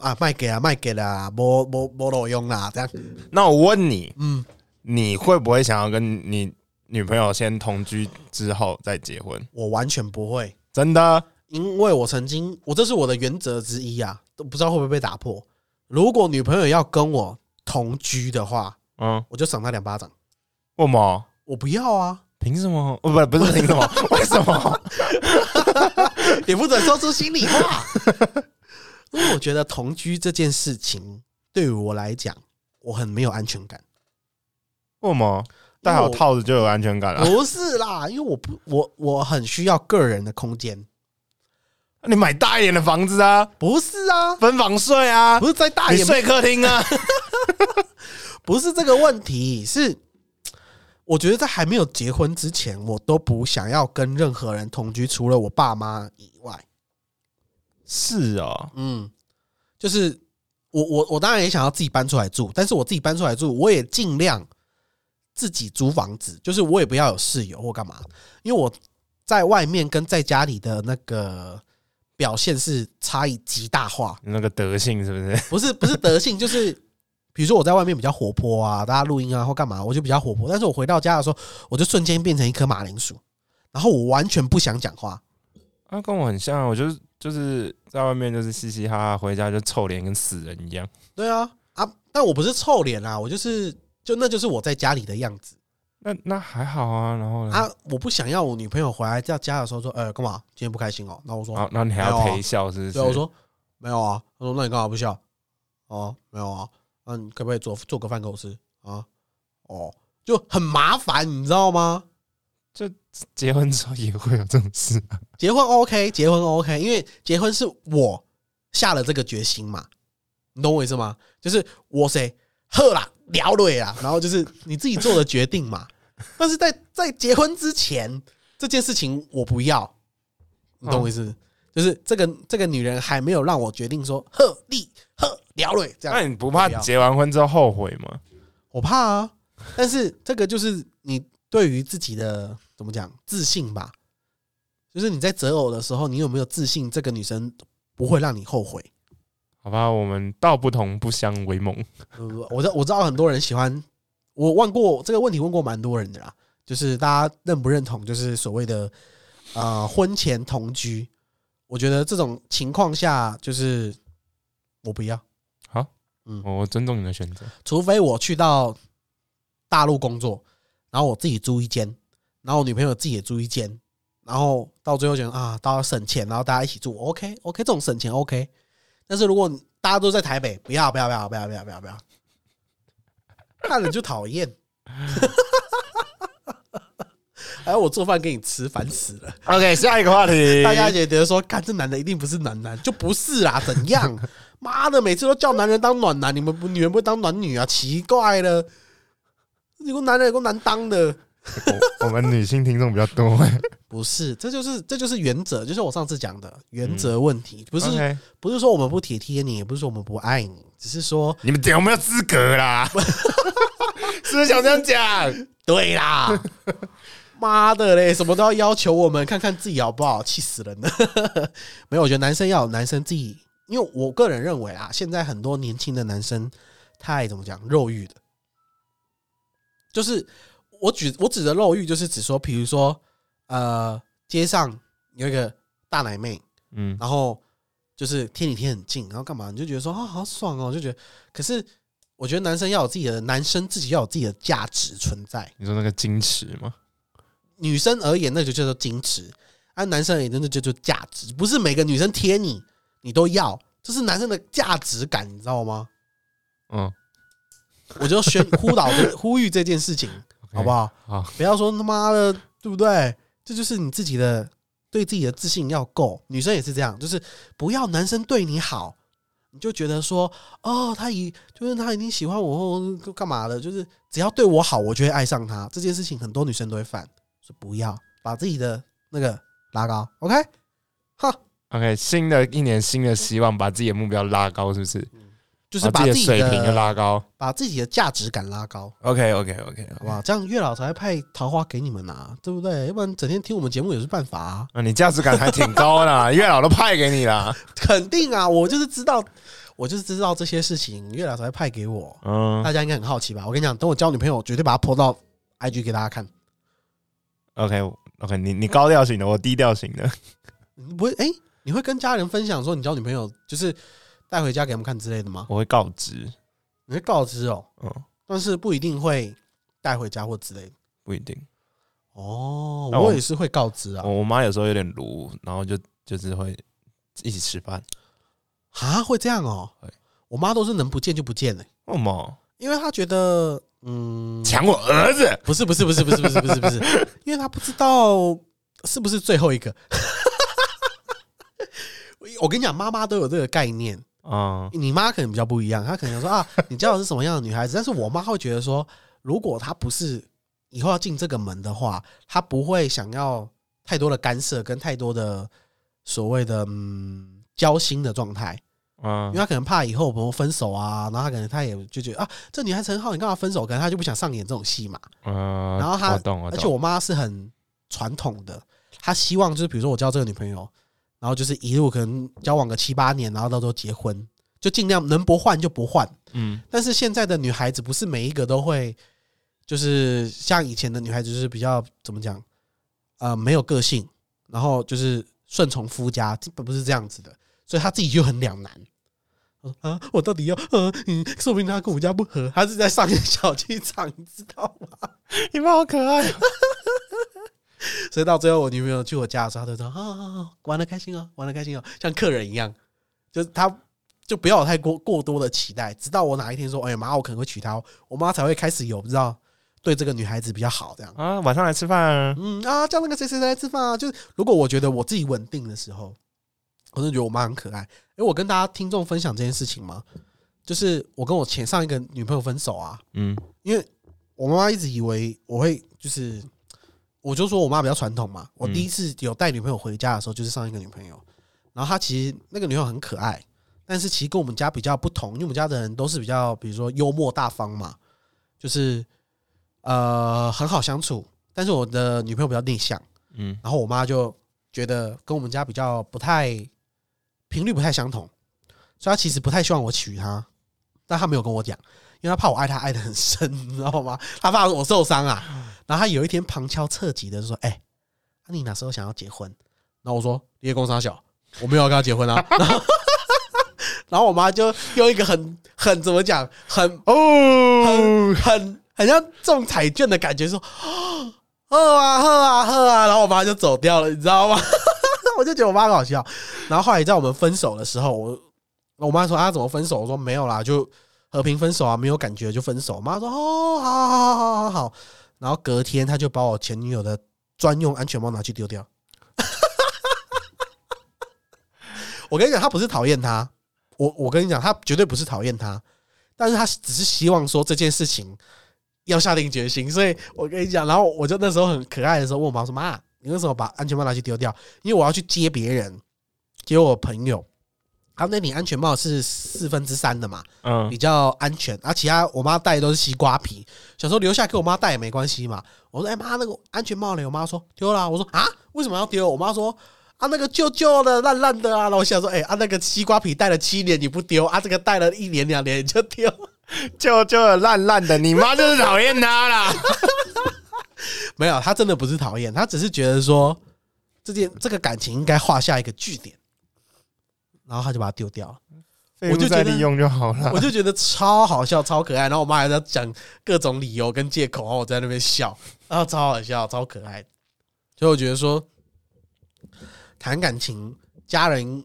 Speaker 1: 啊卖给啊卖给啦，没没没路用啦，这样
Speaker 4: 那我问你，
Speaker 1: 嗯，
Speaker 4: 你会不会想要跟你女朋友先同居之后再结婚？
Speaker 1: 我完全不会，
Speaker 4: 真的？
Speaker 1: 因为我曾经我这是我的原则之一啊，都不知道会不会被打破。如果女朋友要跟我同居的话，
Speaker 4: 嗯，
Speaker 1: 我就赏她两巴掌，
Speaker 4: 为什么？
Speaker 1: 我不要啊，
Speaker 4: 凭什么？哦，不，不是凭 什么？为什么？
Speaker 1: 也不准说出心里话。因为我觉得同居这件事情对于我来讲，我很没有安全感。
Speaker 4: 为什么？戴好
Speaker 1: 因为我
Speaker 4: 套子就有安全感了、
Speaker 1: 不是啦，因为我不，我我很需要个人的空间。
Speaker 4: 你买大一点的房子啊，
Speaker 1: 不是啊，
Speaker 4: 分房睡啊
Speaker 1: 不，是在大
Speaker 4: 你
Speaker 1: 眼，
Speaker 4: 睡客厅啊。
Speaker 1: 不是这个问题，是我觉得在还没有结婚之前，我都不想要跟任何人同居，除了我爸妈以外。
Speaker 4: 是哦，
Speaker 1: 嗯，就是我我我当然也想要自己搬出来住，但是我自己搬出来住，我也尽量自己租房子，就是我也不要有室友或干嘛，因为我在外面跟在家里的那个表现是差异极大化。
Speaker 4: 你那个德性是不是？
Speaker 1: 不是不是德性，就是比如说我在外面比较活泼啊，大家录音啊或干嘛，我就比较活泼。但是我回到家的时候，我就瞬间变成一颗马铃薯，然后我完全不想讲话。
Speaker 4: 啊，跟我很像啊，我就是就是在外面就是嘻嘻哈哈，回家就臭脸跟死人一样。
Speaker 1: 对啊啊，但我不是臭脸啊，我就是就那就是我在家里的样子。
Speaker 4: 那那还好啊。然后呢？
Speaker 1: 啊，我不想要我女朋友回来到家的时候说，呃，干嘛？今天不开心哦。那我说，
Speaker 4: 然后，那你还
Speaker 1: 没有
Speaker 4: 要
Speaker 1: 啊
Speaker 4: 陪笑是不是？
Speaker 1: 对啊，我说没有啊。他说那你干嘛不笑？哦，没有啊。那你可不可以做做个饭给我吃啊？哦，就很麻烦，你知道吗？
Speaker 4: 结婚之后也会有这种 事啊、
Speaker 1: 结婚 OK，结婚 OK，因为结婚是我下了这个决心嘛，你懂我意思吗？就是我谁喝啦聊对啦，然后就是你自己做的决定嘛。但是在在结婚之前，这件事情我不要，你懂我意思？就是这个这个女人还没有让我决定说鹤立鹤聊瑞这样，
Speaker 4: 那你不怕
Speaker 1: 不要
Speaker 4: 结完婚之后后悔吗？
Speaker 1: 我怕啊，但是这个就是你对于自己的怎么讲自信吧，就是你在择偶的时候，你有没有自信这个女生不会让你后悔？
Speaker 4: 好吧，我们道不同不相为谋。
Speaker 1: 呃我知道我知道很多人喜欢，我问过这个问题，问过蛮多人的啦，就是大家认不认同，就是所谓的呃婚前同居，我觉得这种情况下就是我不要，
Speaker 4: 我尊重你的选择。
Speaker 1: 除非我去到大陆工作，然后我自己租一间，然后我女朋友自己也租一间，然后到最后觉得啊，大家省钱，然后大家一起住，OK OK，这种省钱 OK。但是如果你大家都在台北，不要不要不要不要不要不要不要，看了就讨厌。 还要我做饭给你吃，烦死了！
Speaker 4: OK，下一个话题
Speaker 1: 大家也觉得说，看这男的一定不是暖男，就不是啦，怎样？妈的，每次都叫男人当暖男，你们不女人不会当暖女啊？奇怪了，有个男人有个难当的，
Speaker 4: 我我们女性听众比较多。
Speaker 1: 不是？这就是这就是原则，就是我上次讲的原则问题，不
Speaker 4: 不
Speaker 1: 是不是说我们不体贴你，也不是说我们不爱你，只是说
Speaker 4: 你们有没有资格啦？是不是想这样讲？
Speaker 1: 对啦。 妈的嘞，什么都要要求我们，看看自己好不好，气死人了。 没有，我觉得男生要有男生自己，因为我个人认为啊，现在很多年轻的男生太怎么讲肉欲的，就是我举我指的肉欲，就是指说，比如说呃，街上有一个大奶妹，
Speaker 4: 嗯，
Speaker 1: 然后就是贴你贴很近，然后干嘛你就觉得说啊好爽哦，就觉得。可是我觉得男生要有自己的，男生自己要有自己的价值存在。
Speaker 4: 你说那个矜持吗？
Speaker 1: 女生而言，那就叫做矜持；按、男生而言，那就叫做价值。不是每个女生贴你，你都要，这是男生的价值感，你知道吗？
Speaker 4: 嗯，
Speaker 1: 我就宣 呼导这呼吁这件事情，好不好？
Speaker 4: 好，
Speaker 1: 不要说他妈的，对不对？这就是你自己的对自己的自信要够。女生也是这样，就是不要男生对你好，你就觉得说哦，他一就是他一定喜欢我或干嘛的，就是只要对我好，我就会爱上他。这件事情很多女生都会犯，说不要把自己的那个拉高，OK？哈，
Speaker 4: OK，新的一年新的希望，把自己的目标拉高，是不是？
Speaker 1: 就是
Speaker 4: 把
Speaker 1: 把
Speaker 4: 自
Speaker 1: 自
Speaker 4: 己
Speaker 1: 己
Speaker 4: 的水平要
Speaker 1: 的
Speaker 4: 拉高。
Speaker 1: 把自己的价值感拉高。
Speaker 4: OK OK OK，
Speaker 1: 好不好？这样月老才会派桃花给你们呐、对不对？要不然整天听我们节目也是办法啊。
Speaker 4: 那哦你价值感还挺高的啦，月老都派给你啦。
Speaker 1: 肯定啊，我就是知道，我就是知道这些事情，月老才会派给我。
Speaker 4: 嗯
Speaker 1: 大家应该很好奇吧？我跟你讲，等我交女朋友，我绝对把她泼到 IG 给大家看。
Speaker 4: ，OK OK，你你高调型的，我低调型的。
Speaker 1: 你不会哎、你会跟家人分享说你交女朋友，就是带回家给他们看之类的吗？
Speaker 4: 我会告知，
Speaker 1: 你会告知哦，
Speaker 4: 嗯，
Speaker 1: 但是不一定会带回家或之类的。
Speaker 4: 不一定。
Speaker 1: 哦，
Speaker 4: 那我哦
Speaker 1: 我也是会告知啊
Speaker 4: 我。我妈有时候有点鲁，然后就就是会一起吃饭。
Speaker 1: 啊，会这样哦
Speaker 4: 会。
Speaker 1: 我妈都是能不见就不见的、
Speaker 4: 为什么
Speaker 1: 因为她觉得，嗯，
Speaker 4: 抢我儿子？
Speaker 1: 不是不是不是不是不是不是 不是，因为他不知道是不是最后一个。 我跟你讲，妈妈都有这个概念，
Speaker 4: 嗯，
Speaker 1: 你妈可能比较不一样，她可能说啊，你交的是什么样的女孩子？但是我妈会觉得说，如果她不是以后要进这个门的话，她不会想要太多的干涉跟太多的所谓的嗯交心的状态。因为
Speaker 4: 嗯，
Speaker 1: 他可能怕以后我们分手啊，然后他可能他也就觉得啊，这女孩子很好，你干嘛分手？可能他就不想上演这种戏嘛。
Speaker 4: 嗯
Speaker 1: 然后她
Speaker 4: 我懂，我
Speaker 1: 而
Speaker 4: 懂
Speaker 1: 且我妈是很传统的，她希望就是比如说我交这个女朋友，然后就是一路可能交往个七八年，然后到时候结婚，就尽量能不换就不换。
Speaker 4: 嗯，
Speaker 1: 但是现在的女孩子不是每一个都会，就是像以前的女孩子，就是比较怎么讲，呃，没有个性，然后就是顺从夫家，这不不是这样子的，所以她自己就很两难。我说啊，我到底要呃嗯，说不定他跟我家不合，他是在上演 小剧场，你知道吗？
Speaker 4: 你们好可爱哦。
Speaker 1: 所以到最后，我女朋友去我家的时候，她就说：“好好好，玩的开心哦，玩的开心哦，像客人一样。”就是她就不要有太过过多的期待，直到我哪一天说：“哎呀妈，我可能会娶她哦。”我妈才会开始有不知道对这个女孩子比较好这样。
Speaker 4: 啊，晚上来吃饭啊。
Speaker 1: 嗯啊，叫那个谁谁谁来吃饭啊！就是如果我觉得我自己稳定的时候，我真的觉得我妈很可爱。因为我跟大家听众分享这件事情嘛，就是我跟我前上一个女朋友分手啊，
Speaker 4: 嗯
Speaker 1: 因为我妈妈一直以为我会就是，我就说我妈比较传统嘛。我第一次有带女朋友回家的时候，就是上一个女朋友，然后她其实那个女朋友很可爱，但是其实跟我们家比较不同，因为我们家的人都是比较比如说幽默大方嘛，就是呃很好相处。但是我的女朋友比较内向，
Speaker 4: 嗯
Speaker 1: 然后我妈就觉得跟我们家比较不太频率不太相同，所以她其实不太希望我娶她，但她没有跟我讲，因为她怕我爱她爱的很深， 你知道吗？她怕我受伤啊。然后她有一天旁敲侧击的就说：“哎、啊你哪时候想要结婚？”然后我说：“你也跟我傻小，我没有要跟她结婚啊。” 然后然后我妈就用一个很很怎么讲，很
Speaker 4: 哦
Speaker 1: 很，很很像中彩券的感觉，说 喝啊喝啊喝啊，然后我妈就走掉了，你知道吗？ 我就觉得我妈很好笑。然后后来在我们分手的时候，我我妈说啊怎么分手？我说没有啦，就和平分手啊，没有感觉就分手。我妈说哦，好好好好好好。然后隔天她就把我前女友的专用安全帽拿去丢掉。 我跟你讲，她不是讨厌他，我我跟你讲，她绝对不是讨厌他，但是她只是希望说这件事情要下定决心。所以我跟你讲，然后我就那时候很可爱的时候问我妈说：“妈，你为什么把安全帽拿去丢掉？因为我要去接别人，接我朋友。他那顶安全帽是四分之三的嘛，
Speaker 4: 嗯
Speaker 1: 比较安全。啊，其他我妈戴的都是西瓜皮，想说留下给我妈戴也没关系嘛。我说：“哎、妈，那个安全帽嘞？”我妈说：“丢了啊、我说：“啊，为什么要丢？”我妈说。啊，那个旧旧的、烂烂的啊！然后我想说，哎、啊，那个西瓜皮戴了七年你不丢啊，这个戴了一年两年你就丢，
Speaker 4: 就就烂烂的，你妈就是讨厌他 啦。
Speaker 1: 没有，他真的不是讨厌，他只是觉得说这件这个感情应该画下一个句点，然后他就把它丢掉了。
Speaker 4: 我就再利用就好了
Speaker 1: 我。就觉得超好笑、超可爱，然后我妈还在讲各种理由跟借口，然后我在那边笑，然后超好笑、超可爱。所以我觉得说谈感情，家人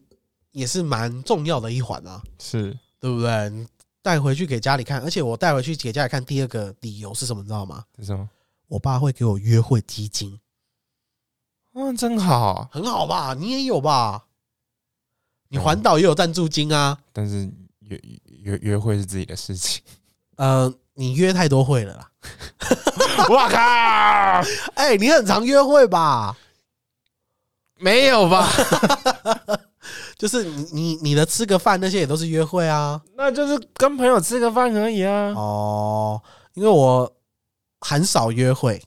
Speaker 1: 也是蛮重要的一环啊，
Speaker 4: 是，
Speaker 1: 对不对？你带回去给家里看，而且我带回去给家里看，第二个理由是什么？你知道吗？
Speaker 4: 是什么？
Speaker 1: 我爸会给我约会基金。
Speaker 4: 嗯，真好。
Speaker 1: 很好吧？你也有吧？你环岛也有赞助金啊？
Speaker 4: 但是约约约会是自己的事 情。
Speaker 1: 呃，你约太多会了啦。
Speaker 4: 哇靠，
Speaker 1: 哎、你很常约会吧？
Speaker 4: 没有吧？
Speaker 1: 就是你你你的吃个饭那些也都是约会啊。
Speaker 4: 那就是跟朋友吃个饭而已啊。
Speaker 1: 哦，因为我很少约会，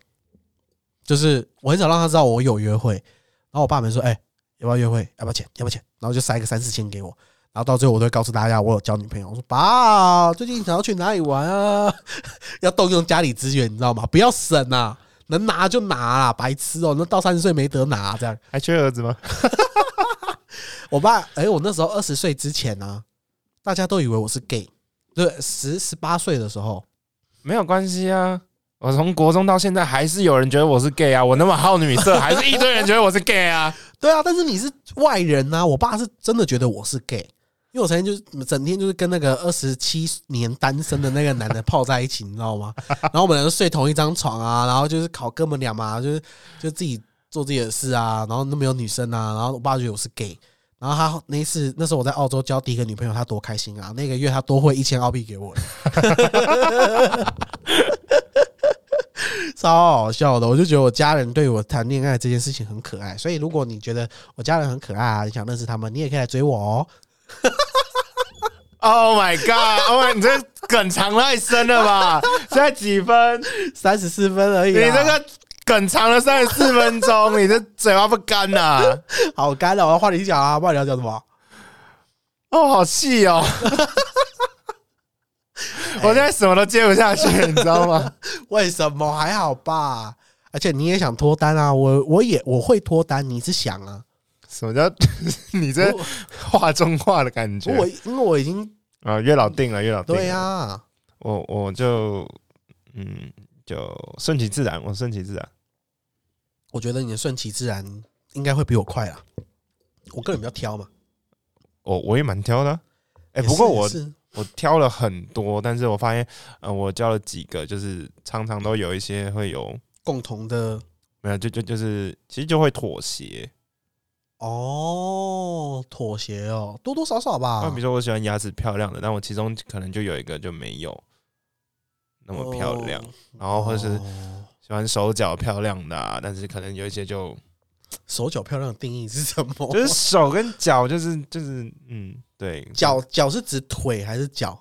Speaker 1: 就是我很少让他知道我有约会。然后我爸们说：“哎、要不要约会？要不要钱？要不要钱？”然后就塞个三四千给我。然后到最后，我都会告诉大家我有交女朋友。我说：“爸，最近想要去哪里玩啊？ 要动用家里资源，你知道吗？不要省啊，能拿就拿啊，白痴哦、那到三十岁没得拿、这样。
Speaker 4: 还缺儿子吗？
Speaker 1: 我爸，哎、我那时候二十岁之前呢、啊，大家都以为我是 gay。对，十十八岁的时候，
Speaker 4: 没有关系啊。我从国中到现在，还是有人觉得我是 gay 啊。我那么好女色， 还是一堆人觉得我是 gay 啊。
Speaker 1: 对啊，但是你是外人呐、我爸是真的觉得我是 gay，因为我曾经就是整天就是跟那个二十七年单身的那个男的泡在一起，你知道吗？ 然后我们两个睡同一张床啊，然后就是考哥们俩嘛，就是就自己做自己的事啊，然后都没有女生啊，然后我爸觉得我是 gay。然后他那一次，那时候我在澳洲交第一个女朋友，他多开心啊！那个月他多汇一千澳币给我， 超好笑的。我就觉得我家人对我谈恋爱这件事情很可爱，所以如果你觉得我家人很可爱啊，你想认识他们，你也可以来追我哦。
Speaker 4: Oh my god！Oh my，你这梗藏太深了 吧？现在几分？
Speaker 1: 三十四分而已
Speaker 4: 你
Speaker 1: 啊、
Speaker 4: 这个梗藏了三十四分钟，你这嘴巴不干呐、
Speaker 1: 好干了，我要换你讲啊，不然你要讲什么？
Speaker 4: 哦，好气 哦！我现在什么都接不下去，你知道吗？
Speaker 1: 为什么还好吧？而且你也想脱单啊？我我也我会脱单，你是想啊？
Speaker 4: 什么叫 你这
Speaker 1: 我
Speaker 4: 话中话的感觉？
Speaker 1: 我因为我已经
Speaker 4: 啊，月老定了，月老定了。
Speaker 1: 对啊，
Speaker 4: 我我就嗯，就顺其自然，我顺其自然。
Speaker 1: 我觉得你的顺其自然应该会比我快啦。我个人比较挑嘛，
Speaker 4: 我我也蛮挑的啊，
Speaker 1: 也
Speaker 4: 哎、不过
Speaker 1: 是也
Speaker 4: 我
Speaker 1: 是
Speaker 4: 我挑了很多，但是我发现，呃，我教了几个，就是常常都有一些会有
Speaker 1: 共同的
Speaker 4: 没有，就就就是其实就会妥协。
Speaker 1: 哦，妥协哦，多多少少
Speaker 4: 那、
Speaker 1: 吧。
Speaker 4: 比如说我喜欢牙齿漂亮的，但我其中可能就有一个就没有那么漂亮，
Speaker 1: 哦
Speaker 4: 然后或是
Speaker 1: 哦
Speaker 4: 喜欢手脚漂亮的、啊，但是可能有一些就
Speaker 1: 手脚漂亮的定义是什么？
Speaker 4: 就是手跟脚，就是就是嗯，对，
Speaker 1: 脚脚是指腿还是脚？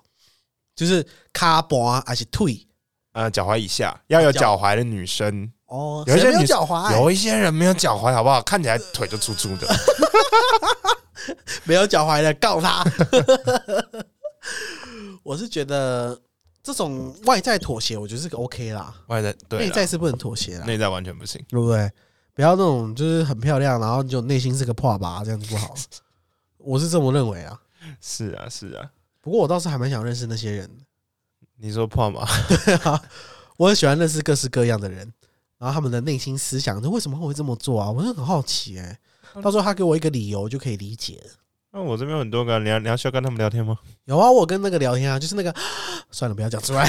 Speaker 1: 就是卡脖啊还是腿？
Speaker 4: 呃脚踝以下要有
Speaker 1: 脚
Speaker 4: 脚踝的女生，
Speaker 1: 哦，
Speaker 4: 有一
Speaker 1: 谁
Speaker 4: 些
Speaker 1: 没有
Speaker 4: 女
Speaker 1: 脚踝？
Speaker 4: 有一些人没有脚踝，好不好？看起来腿就粗 粗的，
Speaker 1: 没有脚踝的告 他。 我是觉得这种外在妥协，我觉得是个 OK 啦，
Speaker 4: 外在对
Speaker 1: 内
Speaker 4: 啦
Speaker 1: 在是不能妥协啦，
Speaker 4: 内在完全不行。
Speaker 1: 对不对？不要那种就是很漂亮，然后就内心是个破吧，这样子不好。我是这么认为啊。
Speaker 4: 是啊，是啊，
Speaker 1: 不过我倒是还蛮想认识那些人的，
Speaker 4: 你说破吗？
Speaker 1: 我很喜欢认识各式各样的人，然后他们的内心思想，就为什么会这么做啊？我就很好奇哎、到时候他给我一个理由，我就可以理解了。
Speaker 4: 那我这边有很多个，你要你要需要跟他们聊天吗？
Speaker 1: 有啊，我跟那个聊天啊，就是那个， 算了，不要讲出来。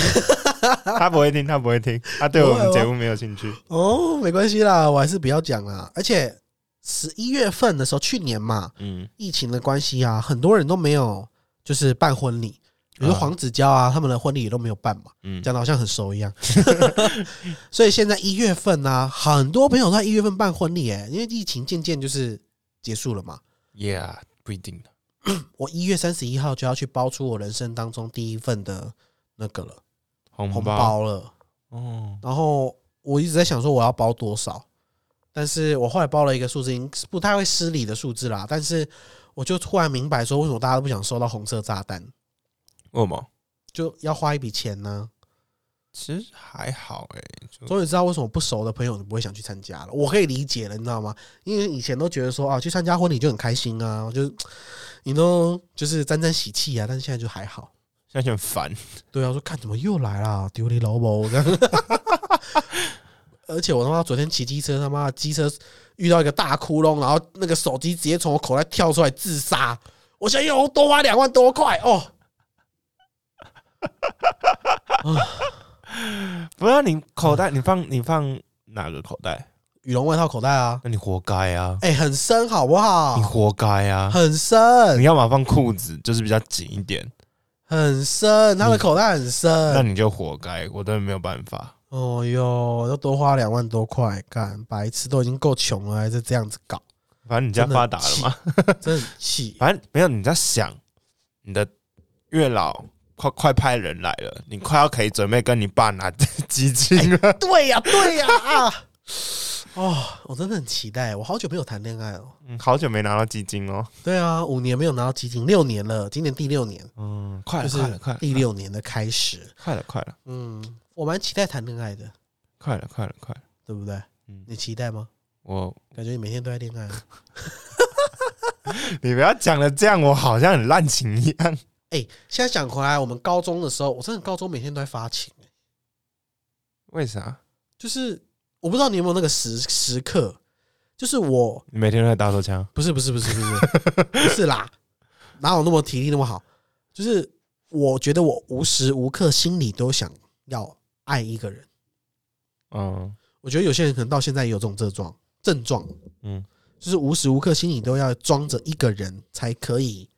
Speaker 4: 他不会听，他不会听，他对我们节目没有兴趣。
Speaker 1: 哦，没关系啦，我还是不要讲啦。而且十一月份的时候，去年嘛，
Speaker 4: 嗯，
Speaker 1: 疫情的关系啊，很多人都没有就是办婚礼，比如说
Speaker 4: 啊
Speaker 1: 黄子佼啊，他们的婚礼也都没有办嘛，
Speaker 4: 嗯
Speaker 1: 讲的好像很熟一样。 所以现在一月份呢、啊很多朋友都在一月份办婚礼，哎，因为疫情渐渐就是结束了嘛。
Speaker 4: ，Yeah，不一定的。
Speaker 1: 我一月三十一号就要去包出我人生当中第一份的那个了
Speaker 4: 红
Speaker 1: 红包了。
Speaker 4: 哦，
Speaker 1: 然后我一直在想说我要包多少，但是我后来包了一个数字，应不太会失礼的数字啦。但是我就突然明白说，为什么大家都不想收到红色炸弹，
Speaker 4: 为什么？
Speaker 1: 就要花一笔钱呢、
Speaker 4: 其实还好哎、就
Speaker 1: 终于知道为什么不熟的朋友你不会想去参加了，我可以理解了，你知道吗？因为以前都觉得说啊，去参加婚礼就很开心啊，就是你都就是沾沾喜气啊，但是现在就还好。
Speaker 4: 现在就很烦。
Speaker 1: 对啊，我说看怎么又来啦，丢你老母这样。 而且我他妈昨天骑机车，他妈机车遇到一个大窟窿，然后那个手机直接从我口袋跳出来自杀，我现在又多花两万多块哦。
Speaker 4: 不要你口袋，你放你放哪个口袋？
Speaker 1: 羽绒外套口袋啊，
Speaker 4: 那你活该啊！
Speaker 1: 哎、很深好不好
Speaker 4: 你？活该啊！
Speaker 1: 很
Speaker 4: 你
Speaker 1: 深，
Speaker 4: 要么放裤子，就是比较紧一点，
Speaker 1: 很深，他的口袋很
Speaker 4: 那
Speaker 1: 深。
Speaker 4: 你就活该，我真的没有办法。
Speaker 1: 哦哟，要多花两万多块，干白痴都已经够穷了，还是这样子搞，
Speaker 4: 反正你家
Speaker 1: 真的
Speaker 4: 发达了嘛，
Speaker 1: 真的很 气。
Speaker 4: 反正没有你在想你的月老。快快派人来了！你快要可以准备跟你爸拿 基金了。
Speaker 1: 对呀、对呀啊！哦，我真的很期待，我好久没有谈恋爱了。
Speaker 4: 嗯，好久没拿到基金哦。
Speaker 1: 对啊，五年没有拿到基金，六年了，今年第六年，
Speaker 4: 嗯，
Speaker 1: 就
Speaker 4: 快了，
Speaker 1: 是
Speaker 4: 快了，快了，
Speaker 1: 第六年的开始。
Speaker 4: 快了，快了，
Speaker 1: 嗯，我蛮期待谈恋爱的，
Speaker 4: 快了，快了，快了。
Speaker 1: 对不对？
Speaker 4: 嗯
Speaker 1: 你期待吗？
Speaker 4: 我，
Speaker 1: 感觉你每天都在恋爱啊。
Speaker 4: 你不要讲的这样，我好像很滥情一样。
Speaker 1: 哎、现在讲回来，我们高中的时候，我真的高中每天都在发情、
Speaker 4: 为啥？
Speaker 1: 就是我不知道你有没有那个时时刻，就是我
Speaker 4: 你每天都在打手枪？
Speaker 1: 不是不是不是不是不是啦，哪有那么体力那么好？就是我觉得我无时无刻心里都想要爱一个人。
Speaker 4: 嗯
Speaker 1: 我觉得有些人可能到现在也有这种症状症状，
Speaker 4: 嗯，
Speaker 1: 就是无时无刻心里都要装着一个人才可以，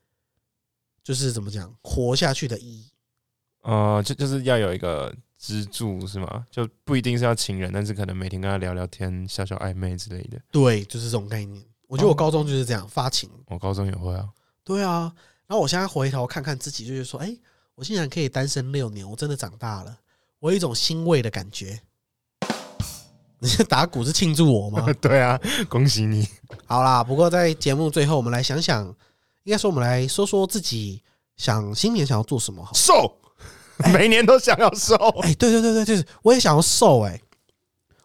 Speaker 1: 就是怎么讲活下去的意义。
Speaker 4: 呃，就就是要有一个支柱是吗？就不一定是要情人，但是可能每天跟他聊聊天、小小暧昧之类的。
Speaker 1: 对，就是这种概念。我觉得我高中就是这样发情。
Speaker 4: 我高中也会啊。
Speaker 1: 对啊，然后我现在回头看看自己，就是说，哎、我竟然可以单身六年，我真的长大了，我有一种欣慰的感觉。 你是打鼓是庆祝我 吗？
Speaker 4: 对啊，恭喜你。
Speaker 1: 好啦，不过在节目最后，我们来想想，应该说我们来说说自己想新年想要做什么好了。
Speaker 4: 瘦，每年都想要瘦。
Speaker 1: 哎、对对对对，就是我也想要
Speaker 4: 嗯
Speaker 1: 瘦哎、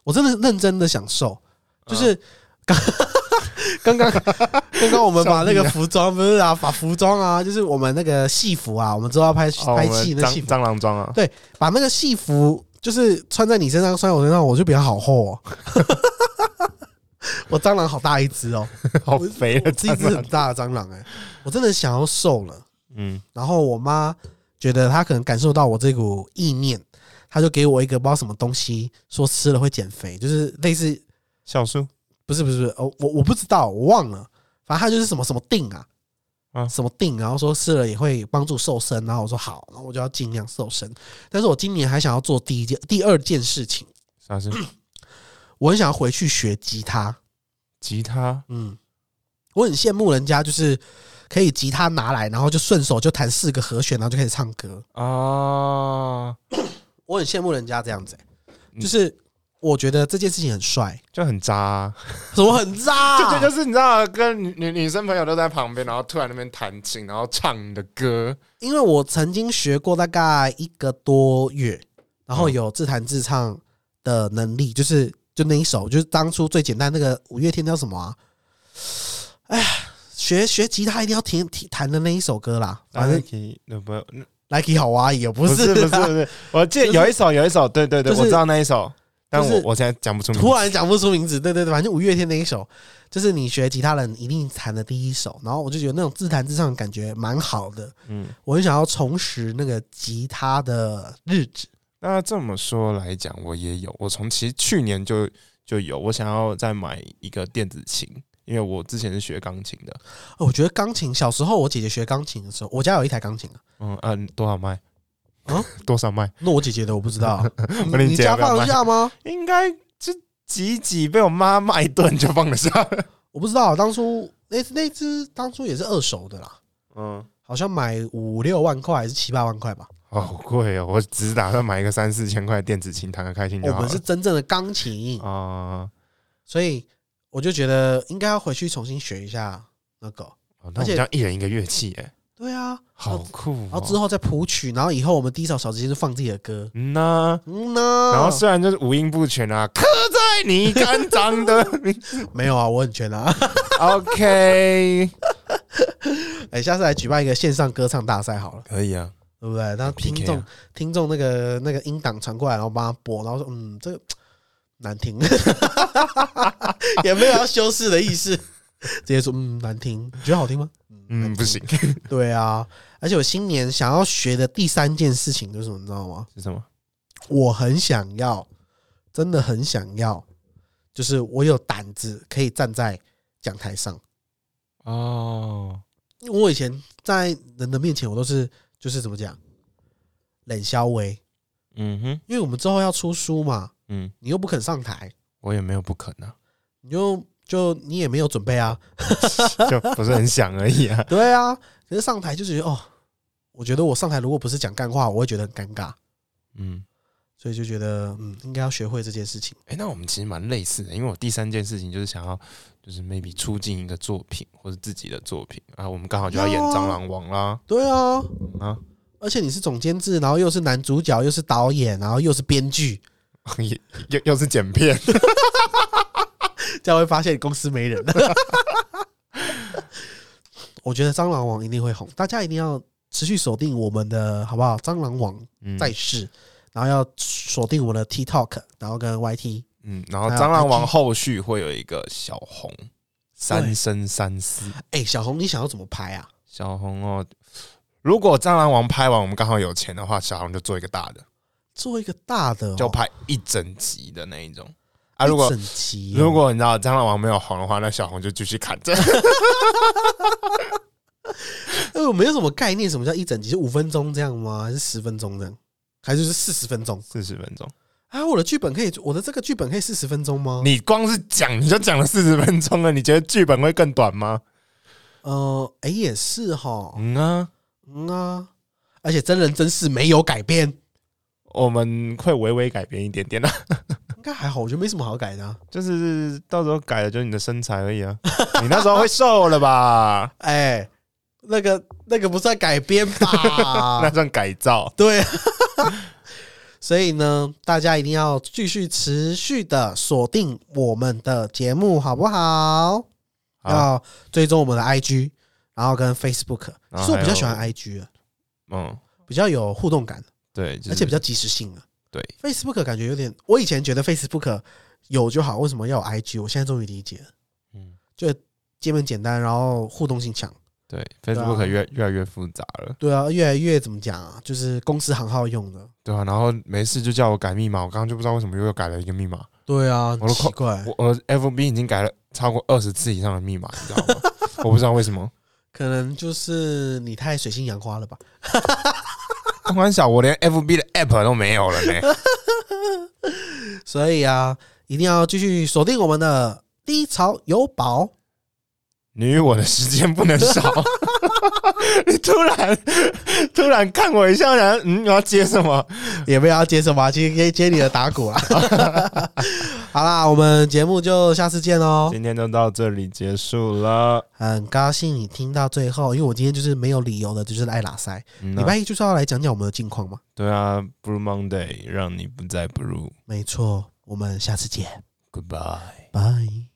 Speaker 1: 我真的认真的想瘦，就是刚、刚刚刚刚我们把那
Speaker 4: 笑
Speaker 1: 个
Speaker 4: 屁啊
Speaker 1: 服装不是啊，把服装啊，就是我们那个戏服啊，我们之后要拍
Speaker 4: 哦，
Speaker 1: 拍
Speaker 4: 我们
Speaker 1: 戏那戏
Speaker 4: 蟑
Speaker 1: 服，
Speaker 4: 蟑螂装 啊，
Speaker 1: 对，把那个戏服就是穿在你身上，穿在我身上，我就比较好厚哦。 我蟑螂好大一只 哦，
Speaker 4: 好肥的
Speaker 1: 我是一
Speaker 4: 蟑
Speaker 1: 只很
Speaker 4: 螂。
Speaker 1: 大的蟑螂哎、我真的想要瘦了。
Speaker 4: 嗯，
Speaker 1: 然后我妈觉得她可能感受到我这股意念，她就给我一个不知道什么东西，说吃了会减肥，就是类似
Speaker 4: 酵素
Speaker 1: 不是不是不是哦，我我不知道，我忘了，反正她就是什么什么定啊，
Speaker 4: 啊
Speaker 1: 什么定，然后说吃了也会帮助瘦身，然后我说好，那我就要尽量瘦身。但是我今年还想要做第一件、第二件事情，
Speaker 4: 啥 是？
Speaker 1: 我很想要回去学吉他，
Speaker 4: 吉他
Speaker 1: 嗯，我很羡慕人家就是。可以吉他拿来，然后就顺手就弹四个和弦，然后就开始唱歌。
Speaker 4: 啊，
Speaker 1: 我很羡慕人家这样子、欸，
Speaker 4: 嗯
Speaker 1: 就是我觉得这件事情很帅，
Speaker 4: 就很渣啊。
Speaker 1: 什么很渣、
Speaker 4: 就
Speaker 1: 啊，
Speaker 4: 就就是你知道，跟女女女生朋友都在旁边，然后突然那边弹琴，然后唱你的歌，
Speaker 1: 因为我曾经学过大概一个多月，然
Speaker 4: 嗯
Speaker 1: 后有自弹自唱的能力，就是就那一首，就是当初最简单那个五月天叫什么啊？哎呀，学学吉他一定要听听弹的那一首歌啦，反正
Speaker 4: 可以，那不
Speaker 1: Nike 好啊，也不
Speaker 4: 啊哎不
Speaker 1: 是
Speaker 4: 是不是
Speaker 1: 啊
Speaker 4: 不 是，我记得有一首有一首，对对对，
Speaker 1: 就是
Speaker 4: 我知道那一首，但
Speaker 1: 就
Speaker 4: 我
Speaker 1: 是
Speaker 4: 我现在讲不出名字。
Speaker 1: 突然讲不出名字，对对对，反正五月天那一首，就是你学吉他人一定弹的第一首，然后我就觉得那种自弹自唱的感觉蛮好的，
Speaker 4: 嗯，
Speaker 1: 我很想要重拾那个吉他的日子。
Speaker 4: 那这么说来讲，我也有，我从其实去年就就有，我想要再买一个电子琴，因为我之前是学钢琴的，
Speaker 1: 哦我觉得钢琴，小时候我姐姐学钢琴的时候，我家有一台钢琴啊。
Speaker 4: 嗯嗯、多少卖？
Speaker 1: 啊，
Speaker 4: 多少卖？
Speaker 1: 那我姐姐的我不知道 啊，
Speaker 4: 我理
Speaker 1: 你
Speaker 4: 解
Speaker 1: 家
Speaker 4: 要不要
Speaker 1: 放得
Speaker 4: 卖
Speaker 1: 下吗？
Speaker 4: 应该这挤一挤被我妈骂一顿就放得下了。
Speaker 1: 我不知道，当初那那只当初也是二手的啦，
Speaker 4: 嗯，
Speaker 1: 好像买五六万块还是七八万块吧。
Speaker 4: 好贵哦！我只是打算买一个三四千块的电子琴，弹个开心就
Speaker 1: 我
Speaker 4: 好
Speaker 1: 们哦
Speaker 4: 了
Speaker 1: 是。真正的钢琴，
Speaker 4: 啊、
Speaker 1: 所以我就觉得应该要回去重新学一下那个。
Speaker 4: 哦那我
Speaker 1: 而且
Speaker 4: 们这样一人一个乐器，哎，
Speaker 1: 对啊，
Speaker 4: 好酷、哦！
Speaker 1: 然后之后再谱曲，然后以后我们第一首小提琴就放自己的歌。
Speaker 4: 嗯呐、
Speaker 1: 嗯呢，
Speaker 4: 然后虽然就是五音不全啊，刻在你肝脏的
Speaker 1: 没有啊，我很全啊。
Speaker 4: OK，
Speaker 1: 哎，下次来举办一个线上歌唱大赛好了，
Speaker 4: 可以啊，
Speaker 1: 对不对？让
Speaker 4: PK 啊
Speaker 1: 听众、听众那个那个音档传过来，然后帮他播，然后说嗯，这个难听， 也没有要修饰的意思，直接说嗯难听，你觉得好听吗？
Speaker 4: 嗯，不行，
Speaker 1: 对啊，而且我新年想要学的第三件事情就是什么，你知道吗？
Speaker 4: 是什么？
Speaker 1: 我很想要，真的很想要，就是我有胆子可以站在讲台上。
Speaker 4: 哦，
Speaker 1: 因为我以前在人的面前，我都是就是怎么讲，冷笑微，
Speaker 4: 嗯哼，
Speaker 1: 因为我们之后要出书嘛，
Speaker 4: 嗯，
Speaker 1: 你又不肯上台，
Speaker 4: 我也没有不啊可 能、
Speaker 1: 你就就你也没有准备啊，
Speaker 4: 就不是很想而已啊。
Speaker 1: 对啊，可是上台就觉得哦，我觉得我上台如果不是讲干话，我会觉得很尴尬，
Speaker 4: 嗯，
Speaker 1: 所以就觉得嗯，应该要学会这件事情。
Speaker 4: 哎、那我们其实蛮类似的，因为我第三件事情就是想要，就是 maybe 促进一个作品或者自己的作品啊，我们刚好就要演
Speaker 1: 要啊
Speaker 4: 蟑螂王啦，
Speaker 1: 对啊，
Speaker 4: 啊，
Speaker 1: 而且你是总监制，然后又是男主角，又是导演，然后又是编剧，
Speaker 4: 也又又是剪片，
Speaker 1: 这样会发现公司没 人。我觉得蟑螂网一定会红，大家一定要持续锁定我们的好不好？蟑螂网
Speaker 4: 嗯
Speaker 1: 在世，然后要锁定我们的 TikTok，然后跟 YT。
Speaker 4: 嗯，然后
Speaker 1: 还有
Speaker 4: 蟑螂王
Speaker 1: IG
Speaker 4: 后续会有一个小红，三生三世
Speaker 1: 哎、小红，你想要怎么拍啊？
Speaker 4: 小红哦。如果蟑螂王拍完，我们刚好有钱的话，小红就做一个大的，
Speaker 1: 做一个大的、哦，
Speaker 4: 就拍一整集的那一种啊。
Speaker 1: 啊
Speaker 4: 如果
Speaker 1: 整集哦、
Speaker 4: 如果你知道蟑螂王没有红的话，那小红就继续砍着。
Speaker 1: 哎、我没有什么概念，什么叫一整集？是五分钟这样吗？还是十分钟这样？还是是四十分钟？
Speaker 4: 四十分钟，
Speaker 1: 啊，我的剧本可以，我的这个剧本可以四十分钟吗？
Speaker 4: 你光是讲你就讲了四十分钟了，你觉得剧本会更短吗？
Speaker 1: 呃，哎、也是哈，
Speaker 4: 嗯啊，
Speaker 1: 嗯啊，而且真人真事没有改变，
Speaker 4: 我们会微微改变一点啊点啦，
Speaker 1: 应该还好，我觉得没什么好改的啊、
Speaker 4: 就是到时候改的就是你的身材而已啊。 你那时候会瘦了 吧？
Speaker 1: 哎、那个那个不算改编吧
Speaker 4: 那？算改造。
Speaker 1: 对。 所以呢，大家一定要继续持续的锁定我们的节目，好不好？
Speaker 4: 好
Speaker 1: 要追踪我们的 IG，然后跟 Facebook。
Speaker 4: 然后
Speaker 1: 其实我比较
Speaker 4: 还有
Speaker 1: 喜欢 IG，啊
Speaker 4: 嗯，
Speaker 1: 比较有互动感，
Speaker 4: 对，就是
Speaker 1: 而且比较及时性啊。
Speaker 4: 对
Speaker 1: ，Facebook 感觉有点，我以前觉得 Facebook 有就好，为什么要有 IG？我现在终于理解了，
Speaker 4: 嗯，
Speaker 1: 界面简单，然后互动性强。
Speaker 4: 对
Speaker 1: 啊
Speaker 4: ，Facebook 越越来越复杂了，
Speaker 1: 对啊，越来越怎么讲啊？就是公司行号用的。
Speaker 4: 对啊，然后没事就叫我改密码，我刚刚就不知道为什么又改了一个密码，
Speaker 1: 对啊，
Speaker 4: 都
Speaker 1: 奇怪，
Speaker 4: 我我 FB 已经改了超过二十次以上的密码，你知道吗？ 我不知道为什么。
Speaker 1: 可能就是你太水性杨花了吧？
Speaker 4: 开玩笑，我连 FB 的 App 都没有了呢。
Speaker 1: 所以啊，一定要继续锁定我们的低潮有宝。
Speaker 4: 你与我的时间不能 少。你突然突然看我一下，然后嗯，我要接什么？
Speaker 1: 也不要接什么，其实可以接你的打鼓 啊。好啦，我们节目就下次见喽。
Speaker 4: 今天就到这里结束了。
Speaker 1: 很高兴你听到最后，因为我今天就是没有理由的，就是爱拉塞。
Speaker 4: 嗯
Speaker 1: 礼
Speaker 4: 啊
Speaker 1: 拜一就是要来讲讲我们的近况嘛。
Speaker 4: 对啊，Blue Monday 让你不再 Blue。
Speaker 1: 没错，我们下次见，
Speaker 4: Goodbye。
Speaker 1: 拜。